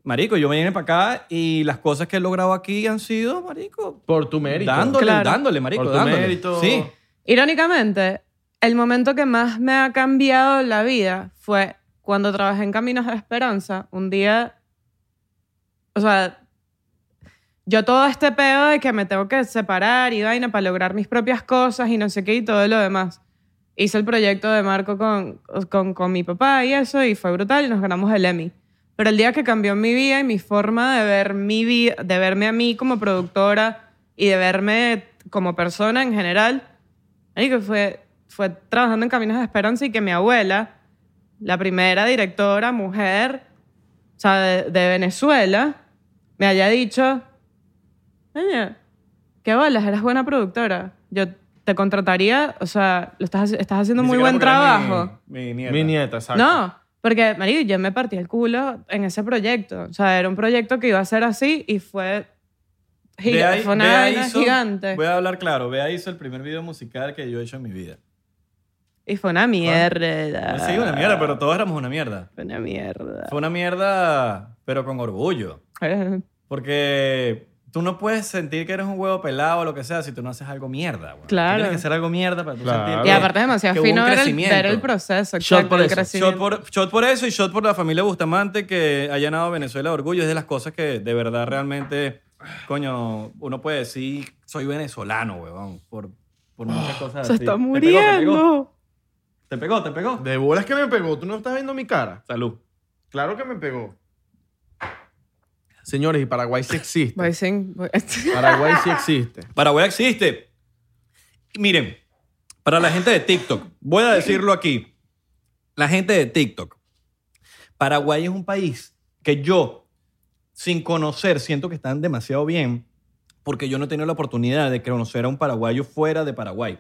Speaker 2: Marico, yo me vine para acá y las cosas que he logrado aquí han sido, Marico,
Speaker 3: Por tu mérito.
Speaker 2: dándole,
Speaker 1: Claro.
Speaker 2: dándole, Marico,
Speaker 3: Por tu
Speaker 2: dándole.
Speaker 3: mérito.
Speaker 2: Sí.
Speaker 1: Irónicamente, el momento que más me ha cambiado la vida fue cuando trabajé en Caminos de Esperanza. Un día, o sea, yo todo este pedo de que me tengo que separar y vaina para lograr mis propias cosas y no sé qué y todo lo demás. Hice el proyecto de Marco con, con, con mi papá y eso y fue brutal y nos ganamos el Emmy. Pero el día que cambió mi vida y mi forma de ver mi vida, de verme a mí como productora y de verme como persona en general, marico, fue, fue trabajando en Caminos de Esperanza y que mi abuela, la primera directora mujer o sea, de, de Venezuela, me haya dicho, "Oye, qué bolas, eres buena productora. Yo te contrataría, o sea, lo estás, haci- estás haciendo
Speaker 6: Ni
Speaker 1: muy
Speaker 6: siquiera
Speaker 1: buen
Speaker 6: porque era mi-
Speaker 1: trabajo.
Speaker 6: Mi, nieta.
Speaker 3: Mi nieta, exacto.
Speaker 1: No, porque, marido, yo me partí el culo en ese proyecto. O sea, era un proyecto que iba a ser así y fue, giga-
Speaker 2: Vea-
Speaker 1: fue una
Speaker 2: Vea
Speaker 1: vaina
Speaker 2: hizo-
Speaker 1: gigante.
Speaker 2: Voy a hablar claro. Vea hizo el primer video musical que yo he hecho en mi vida.
Speaker 1: Y fue una mierda.
Speaker 2: Sí, una mierda, pero todos éramos una mierda.
Speaker 1: Fue una mierda.
Speaker 2: Fue una mierda, pero con orgullo. Porque tú no puedes sentir que eres un huevo pelado o lo que sea si tú no haces algo mierda. güey. Tú
Speaker 1: Claro.
Speaker 2: Tienes que hacer algo mierda para tú
Speaker 3: Claro.
Speaker 2: sentir
Speaker 1: Y
Speaker 2: que-
Speaker 1: aparte es demasiado
Speaker 2: que hubo un
Speaker 1: fino ver el,
Speaker 2: crecimiento.
Speaker 1: ver el proceso.
Speaker 3: Shot
Speaker 1: exacto,
Speaker 3: por
Speaker 1: el
Speaker 3: eso, shot
Speaker 2: Shot
Speaker 1: crecimiento.
Speaker 2: por, shot por eso y shot por la familia Bustamante que ha llenado Venezuela de orgullo. Es de las cosas que de verdad realmente, coño, uno puede decir, soy venezolano, huevón, por, por muchas cosas
Speaker 1: Se
Speaker 2: así.
Speaker 1: está
Speaker 2: Te pegó, te pegó.
Speaker 1: muriendo.
Speaker 2: Te pegó, te pegó.
Speaker 6: De bolas que me pegó. ¿Tú no estás viendo mi cara?
Speaker 2: Salud.
Speaker 6: Claro que me pegó.
Speaker 3: Señores, y Paraguay sí existe.
Speaker 1: Voy sin- voy- *laughs*
Speaker 3: Paraguay
Speaker 2: *laughs*
Speaker 3: sí existe.
Speaker 2: Paraguay existe. Y Miren, para la gente de TikTok, voy a decirlo aquí. La gente de TikTok. Paraguay es un país que yo, sin conocer, siento que están demasiado bien porque yo no he tenido la oportunidad de conocer a un paraguayo fuera de Paraguay.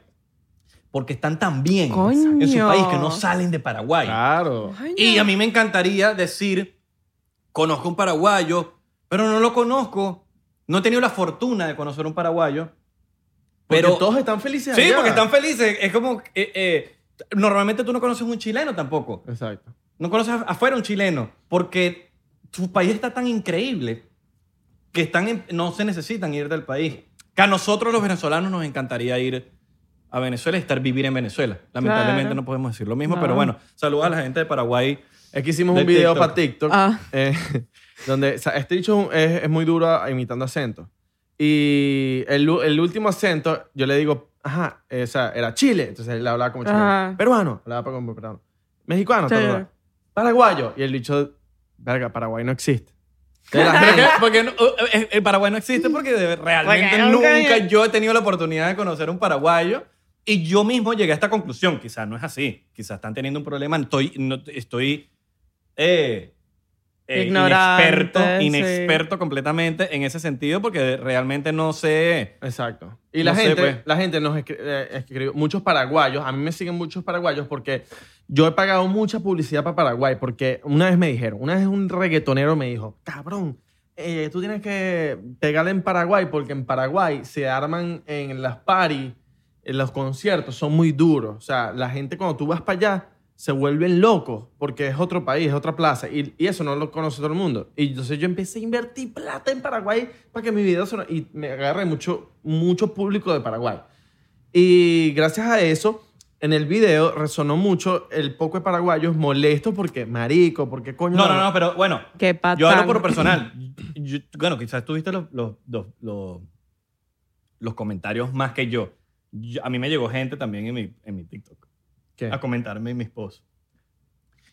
Speaker 2: Porque están tan bien en su
Speaker 1: Coño.
Speaker 2: país que no salen de Paraguay.
Speaker 3: Claro.
Speaker 2: Y a mí me encantaría decir, conozco un paraguayo, pero no lo conozco. No he tenido la fortuna de conocer un paraguayo.
Speaker 3: Porque
Speaker 2: Pero
Speaker 3: todos están felices.
Speaker 2: Sí,
Speaker 3: allá.
Speaker 2: porque están felices. Es como, eh, eh, normalmente tú no conoces un chileno tampoco.
Speaker 3: Exacto.
Speaker 2: No conoces afuera un chileno, porque su país está tan increíble que están en- no se necesitan ir del país. Que a nosotros los venezolanos nos encantaría ir a Venezuela y estar vivir en Venezuela. Lamentablemente
Speaker 1: Claro.
Speaker 2: no podemos decir lo mismo,
Speaker 1: No.
Speaker 2: pero bueno, saludos a la gente de Paraguay.
Speaker 3: Es que hicimos
Speaker 2: De
Speaker 3: un video
Speaker 2: TikTok.
Speaker 3: para TikTok.
Speaker 1: Ah.
Speaker 3: eh, *laughs* donde, o sea, este dicho es, es muy duro a- imitando acentos. Y el, u- el último acento, yo le digo, ajá, eh, o sea, era Chile. Entonces él hablaba como chileno.
Speaker 1: Ajá.
Speaker 3: Peruano, hablaba como peruano. Mexicano,
Speaker 1: Sí.
Speaker 3: tal, tal, tal. Paraguayo. Y el dicho, verga, Paraguay no existe. Entonces, la gente-
Speaker 2: Porque no- eh, el Paraguay no existe porque de- realmente
Speaker 1: Porque
Speaker 2: nunca,
Speaker 1: nunca-
Speaker 2: yo he tenido la oportunidad de conocer un paraguayo y yo mismo llegué a esta conclusión. Quizás no es así. Quizás están teniendo un problema. Estoy, no- estoy eh, eh,
Speaker 1: Ignorante,
Speaker 2: inexperto,
Speaker 1: sí.
Speaker 2: inexperto completamente en ese sentido porque realmente no sé.
Speaker 3: Exacto. Y
Speaker 2: No
Speaker 3: la
Speaker 2: sé,
Speaker 3: gente,
Speaker 2: pues.
Speaker 3: la gente nos escri- eh, escribió, muchos paraguayos, a mí me siguen muchos paraguayos porque yo he pagado mucha publicidad para Paraguay porque una vez me dijeron, una vez un reggaetonero me dijo, cabrón, eh, tú tienes que pegarle en Paraguay porque en Paraguay se arman en las paris, en eh, los conciertos, son muy duros. O sea, la gente cuando tú vas para allá se vuelven locos porque es otro país, es otra plaza y, y eso no lo conoce todo el mundo. Y entonces yo empecé a invertir plata en Paraguay para que mi video sonara y me agarré mucho, mucho público de Paraguay. Y gracias a eso, en el video resonó mucho el poco de paraguayos molestos porque, marico, porque coño.
Speaker 2: No, no, no, pero bueno.
Speaker 1: Qué patán.
Speaker 2: Yo hablo por personal. Yo- bueno, quizás tuviste los, los, los, los- los comentarios más que yo. Yo- A mí me llegó gente también en mi, en mi TikTok.
Speaker 3: ¿Qué?
Speaker 2: a comentarme mis posts.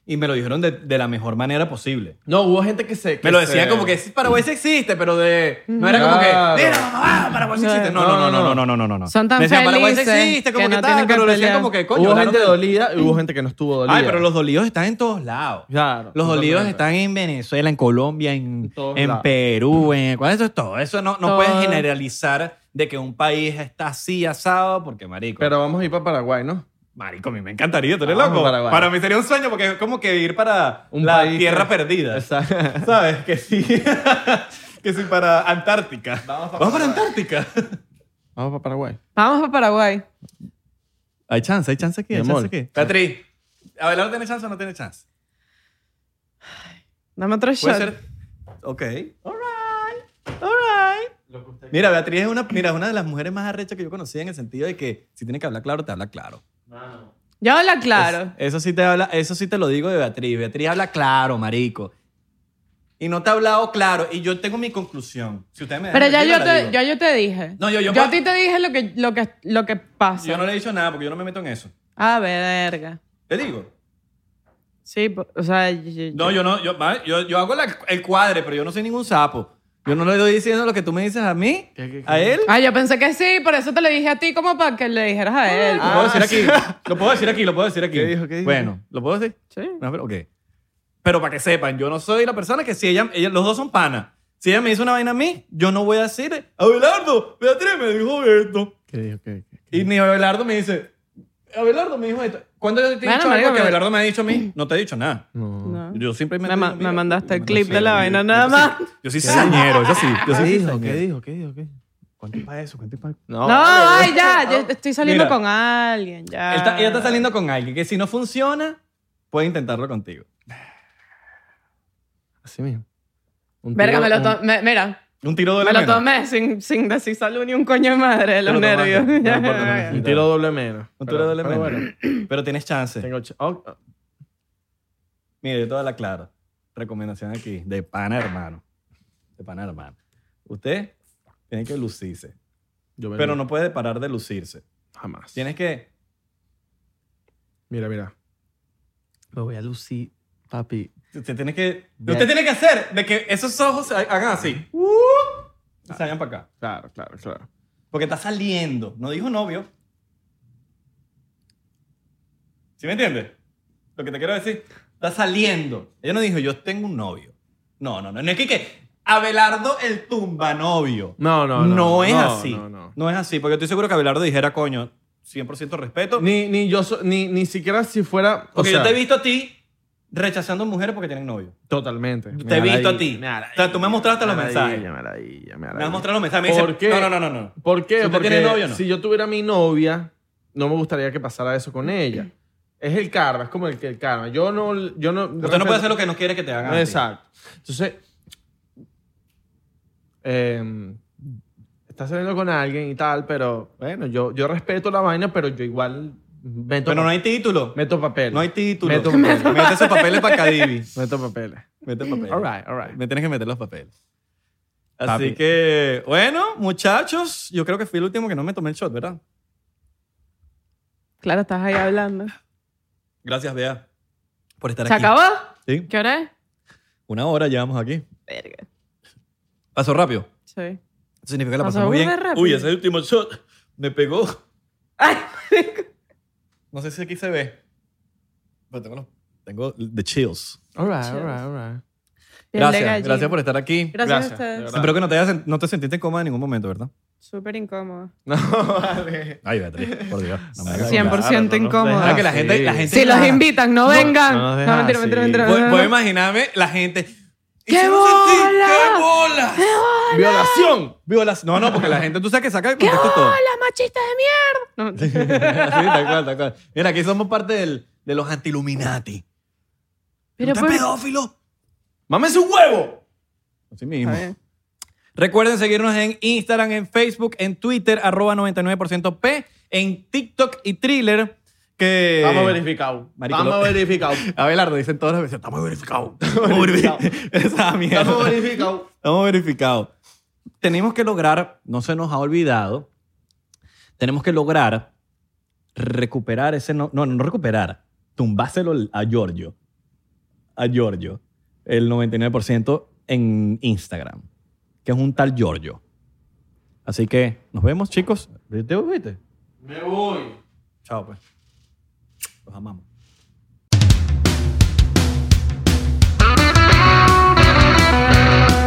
Speaker 2: Y me lo dijeron de, de la mejor manera posible.
Speaker 3: No, hubo gente que se. que
Speaker 2: Me lo decía
Speaker 3: se-
Speaker 2: como que "Sí, Paraguay sí existe, pero de. No era como
Speaker 3: Claro.
Speaker 2: que. Mira, mamá, Paraguay sí existe. No, no, no, no, no, no, no. no, no.
Speaker 1: Son tan
Speaker 2: Me decían, Paraguay sí
Speaker 1: felices
Speaker 2: existe, como
Speaker 1: que
Speaker 2: que,
Speaker 1: no
Speaker 2: tal",
Speaker 1: tienen que
Speaker 2: pero lo decían
Speaker 1: pelear.
Speaker 2: como que, coño.
Speaker 3: hubo
Speaker 2: ganaron
Speaker 3: gente
Speaker 2: el-
Speaker 3: dolida y hubo gente que no estuvo dolida.
Speaker 2: Ay, pero los dolidos están en todos lados.
Speaker 3: Claro.
Speaker 2: Los dolidos
Speaker 3: totalmente.
Speaker 2: están en Venezuela, en Colombia, en,
Speaker 3: todos
Speaker 2: en
Speaker 3: lados.
Speaker 2: Perú, en Ecuador. Eso es todo. Eso no, no
Speaker 1: Todo.
Speaker 2: puedes generalizar de que un país está así asado porque, marico.
Speaker 3: Pero vamos a ir para Paraguay, ¿no?
Speaker 2: Marico, a mí me encantaría, tú eres
Speaker 3: Vamos
Speaker 2: loco.
Speaker 3: a Paraguay.
Speaker 2: Para mí sería un sueño porque es como que ir para
Speaker 3: Un
Speaker 2: la
Speaker 3: país
Speaker 2: tierra
Speaker 3: que-
Speaker 2: perdida.
Speaker 3: Exacto.
Speaker 2: ¿Sabes? Que sí. *laughs* que sí para Antártica. Vamos para, Antártica.
Speaker 3: Vamos para Paraguay.
Speaker 1: Vamos para Paraguay.
Speaker 2: Hay chance, hay chance aquí,
Speaker 3: Mi
Speaker 2: hay
Speaker 3: amor.
Speaker 2: chance aquí. Beatriz, ¿Abelardo tiene chance o no tiene chance?
Speaker 1: Dame otro
Speaker 2: Puede
Speaker 1: shot.
Speaker 2: ser. Ok. All right. All right. Mira, Beatriz es una, mira, es una de las mujeres más arrechas que yo conocí en el sentido de que si tiene que hablar claro, te habla claro.
Speaker 1: Yo habla claro.
Speaker 2: Es- eso, sí te habla, eso sí te lo digo de Beatriz. Beatriz habla claro, marico. Y no te ha hablado claro. Y yo tengo mi conclusión. Si ustedes me dejan
Speaker 1: Pero ya
Speaker 2: decirla,
Speaker 1: yo,
Speaker 2: la
Speaker 1: te,
Speaker 2: digo.
Speaker 1: ya yo te dije.
Speaker 2: No, yo- yo
Speaker 1: a
Speaker 2: puedo-
Speaker 1: ti te dije lo que, lo que, lo que pasa.
Speaker 2: Yo no le he dicho nada porque yo no me meto en eso.
Speaker 1: Ah, verga.
Speaker 2: ¿Te digo?
Speaker 1: Sí, po- o sea... yo-
Speaker 2: No, yo no. Yo, va, yo, yo hago la- el cuadre, pero yo no soy ningún sapo. Yo no le estoy diciendo lo que tú me dices a mí,
Speaker 3: ¿Qué, qué, qué?
Speaker 2: a él.
Speaker 1: Ah, yo pensé que sí, por eso te lo dije a ti como para que le dijeras a él.
Speaker 2: lo puedo decir aquí. Lo puedo decir aquí, lo puedo decir aquí.
Speaker 3: Ah, ¿Qué dijo, qué dijo?
Speaker 2: Bueno, ¿lo puedo decir?
Speaker 1: Sí.
Speaker 2: No, pero, ok. Pero para que sepan, yo no soy la persona que si ella, ella- los dos son panas. Si ella me hizo una vaina a mí, yo no voy a decir, Abelardo, Beatriz me dijo esto.
Speaker 3: ¿Qué dijo? ¿Qué, qué?
Speaker 2: Y ni Abelardo me dice, Abelardo me dijo esto. ¿Cuándo yo te he
Speaker 1: Bueno,
Speaker 2: dicho algo
Speaker 1: marico,
Speaker 2: que
Speaker 1: pero-
Speaker 2: Abelardo me ha dicho a mí? No te he dicho nada.
Speaker 3: No.
Speaker 1: No.
Speaker 2: Yo simplemente...
Speaker 1: Me ma-
Speaker 2: digo, mira,
Speaker 1: me mandaste el
Speaker 2: me
Speaker 1: clip
Speaker 2: mandaste-
Speaker 1: de la vaina nada más.
Speaker 2: Yo soy sañero, yo sí. Yo
Speaker 3: ¿Qué
Speaker 2: sí
Speaker 3: dijo?
Speaker 2: soy
Speaker 3: ¿Qué
Speaker 2: sañero.
Speaker 3: dijo? ¿Qué dijo? ¿Qué? ¿Cuánto es para eso? ¿Cuánto es para No.
Speaker 1: No, ay, ya, yo estoy saliendo
Speaker 2: Mira.
Speaker 1: con alguien, ya.
Speaker 2: Él está- ella está saliendo con alguien que si no funciona, puede intentarlo contigo.
Speaker 3: Así mismo. Un
Speaker 1: Verga,
Speaker 3: tío-
Speaker 1: me lo
Speaker 3: un-
Speaker 1: tomé, mira,
Speaker 2: Un tiro de
Speaker 1: me
Speaker 2: la
Speaker 1: lo
Speaker 2: mena.
Speaker 1: tomé sin, sin decir salud ni un coño de madre de
Speaker 2: Te
Speaker 1: los
Speaker 2: lo tomaste.
Speaker 1: nervios. *laughs*
Speaker 2: No importa, no
Speaker 3: Un
Speaker 2: necesitas.
Speaker 3: tiro doble menos.
Speaker 2: Un
Speaker 3: Pero-
Speaker 2: tiro de la
Speaker 3: pero
Speaker 2: mena.
Speaker 3: bueno,
Speaker 2: Pero tienes chance.
Speaker 3: tengo ch- oh, oh,
Speaker 2: Mire, toda la clara. Recomendación aquí. De pana, hermano. De pana, hermano. Usted tiene que lucirse.
Speaker 3: yo me-
Speaker 2: Pero no puede parar de lucirse.
Speaker 3: Jamás.
Speaker 2: Tienes que...
Speaker 3: Mira, mira. Me voy a lucir, papi.
Speaker 2: Usted tiene que...
Speaker 3: Ya.
Speaker 2: Usted tiene que hacer de que esos ojos se hagan así. Uh, y se vayan para acá.
Speaker 3: Claro, claro, claro.
Speaker 2: Porque está saliendo. No dijo novio. ¿Sí me entiendes? Lo que te quiero decir. Está saliendo. Ella no dijo, yo tengo un novio. No, no, no. No es que, que Abelardo el tumba novio.
Speaker 3: No, no,
Speaker 2: No,
Speaker 3: no.
Speaker 2: es
Speaker 3: no,
Speaker 2: así.
Speaker 3: No,
Speaker 2: No,
Speaker 3: no.
Speaker 2: es así. Porque estoy seguro que Abelardo dijera, coño, 100% respeto.
Speaker 3: Ni, ni yo, so- ni, ni siquiera si fuera. o
Speaker 2: porque
Speaker 3: sea,
Speaker 2: yo te he visto a ti rechazando mujeres porque tienen novio.
Speaker 3: Totalmente.
Speaker 2: Te he visto a ti. O sea, tú me mostraste los mensajes.
Speaker 3: Me maravilla,
Speaker 2: Me
Speaker 3: me maravilla.
Speaker 2: has mostrado los mensajes. Me dice,
Speaker 3: ¿Por qué?
Speaker 2: No, no, no, no. no.
Speaker 3: ¿Por qué?
Speaker 2: Si usted
Speaker 3: Porque
Speaker 2: tiene novio, ¿no?
Speaker 3: si yo tuviera mi novia, no me gustaría que pasara eso con ella. Es el karma, es como el, el karma. Yo no, yo no.
Speaker 2: Usted no puede hacer lo que no quiere que te hagan. a ti.
Speaker 3: Exacto. Entonces, eh, estás saliendo con alguien y tal, pero bueno, yo, yo respeto la vaina, pero yo igual meto,
Speaker 2: Pero no hay título.
Speaker 3: meto papel.
Speaker 2: No hay título.
Speaker 3: Meto
Speaker 2: Mete
Speaker 3: papeles.
Speaker 2: esos papeles para
Speaker 3: *laughs*
Speaker 2: Cadivi.
Speaker 3: meto papeles.
Speaker 2: Mete papeles.
Speaker 3: All right, all right.
Speaker 2: Me tienes que meter los papeles. Así
Speaker 3: Papi.
Speaker 2: que, bueno, muchachos, yo creo que fui el último que no me tomé el shot, ¿verdad?
Speaker 1: Claro, estás ahí hablando.
Speaker 2: Gracias, Bea, por estar
Speaker 1: ¿Se
Speaker 2: aquí.
Speaker 1: acabó?
Speaker 2: Sí,
Speaker 1: ¿Qué hora es?
Speaker 2: una hora llevamos aquí.
Speaker 1: Verga.
Speaker 2: Pasó rápido.
Speaker 1: Sí.
Speaker 2: Eso significa que la
Speaker 1: Pasó
Speaker 2: pasamos bien.
Speaker 1: burda rápido.
Speaker 2: Uy, ese último shot me pegó.
Speaker 1: Ay,
Speaker 2: No sé si aquí se ve. Pero tengo, los- tengo the chills.
Speaker 3: All right, all right, all right.
Speaker 1: piel de
Speaker 2: Gracias,
Speaker 1: gallina.
Speaker 2: gracias por estar aquí.
Speaker 1: Gracias,
Speaker 3: Gracias,
Speaker 1: a
Speaker 3: de
Speaker 1: ustedes.
Speaker 3: verdad.
Speaker 2: Espero que no te, hayas sen- no te sentiste cómoda en ningún momento, ¿verdad?
Speaker 1: Súper incómodo.
Speaker 3: No, vale.
Speaker 2: Ay, Beatriz, por Dios. No me hagas
Speaker 1: 100% incómodo.
Speaker 2: Claro que la gente- la gente-
Speaker 1: Si los invitan, no vengan.
Speaker 3: no nos
Speaker 1: No,
Speaker 3: dejas
Speaker 1: mentira, mentira,
Speaker 3: así.
Speaker 1: mentira.
Speaker 2: Voy, voy
Speaker 1: no,
Speaker 2: a
Speaker 1: no, no.
Speaker 2: imaginarme la gente.
Speaker 1: ¡Qué
Speaker 2: Hicimos así,
Speaker 1: bola!
Speaker 2: ¡Qué bola!
Speaker 3: ¡Violación!
Speaker 2: Violas- No, no, porque la gente, tú sabes que saca de contexto todo.
Speaker 1: ¡Hola, machista de mierda! No,
Speaker 2: *laughs* Sí, tal cual, tal cual. Mira, aquí somos parte del, de los antiluminati.
Speaker 1: pero
Speaker 4: ¿Tú eres
Speaker 1: pues,
Speaker 4: pedófilo?
Speaker 3: ¡Mames un huevo!
Speaker 2: Así mismo.
Speaker 1: está bien.
Speaker 2: Recuerden seguirnos en Instagram, en Facebook, en Twitter, arroba 99% P, en TikTok y Thriller. Que...
Speaker 3: Vamos verificado.
Speaker 2: Marico,
Speaker 3: Vamos
Speaker 2: lo-
Speaker 3: verificado.
Speaker 2: *laughs* Abelardo, dicen todas las veces, estamos verificados. *laughs* Estamos verificados. Esa mierda.
Speaker 3: Vamos verificado.
Speaker 2: Estamos verificados. Tenemos que lograr, no se nos ha olvidado, tenemos que lograr recuperar ese. No, no, no recuperar, tumbárselo a Giorgio. A Giorgio, el 99% en Instagram, que es un tal Giorgio. Así que nos vemos, chicos. ¿Te viste?
Speaker 3: Me voy.
Speaker 2: Chao, pues. Los amamos.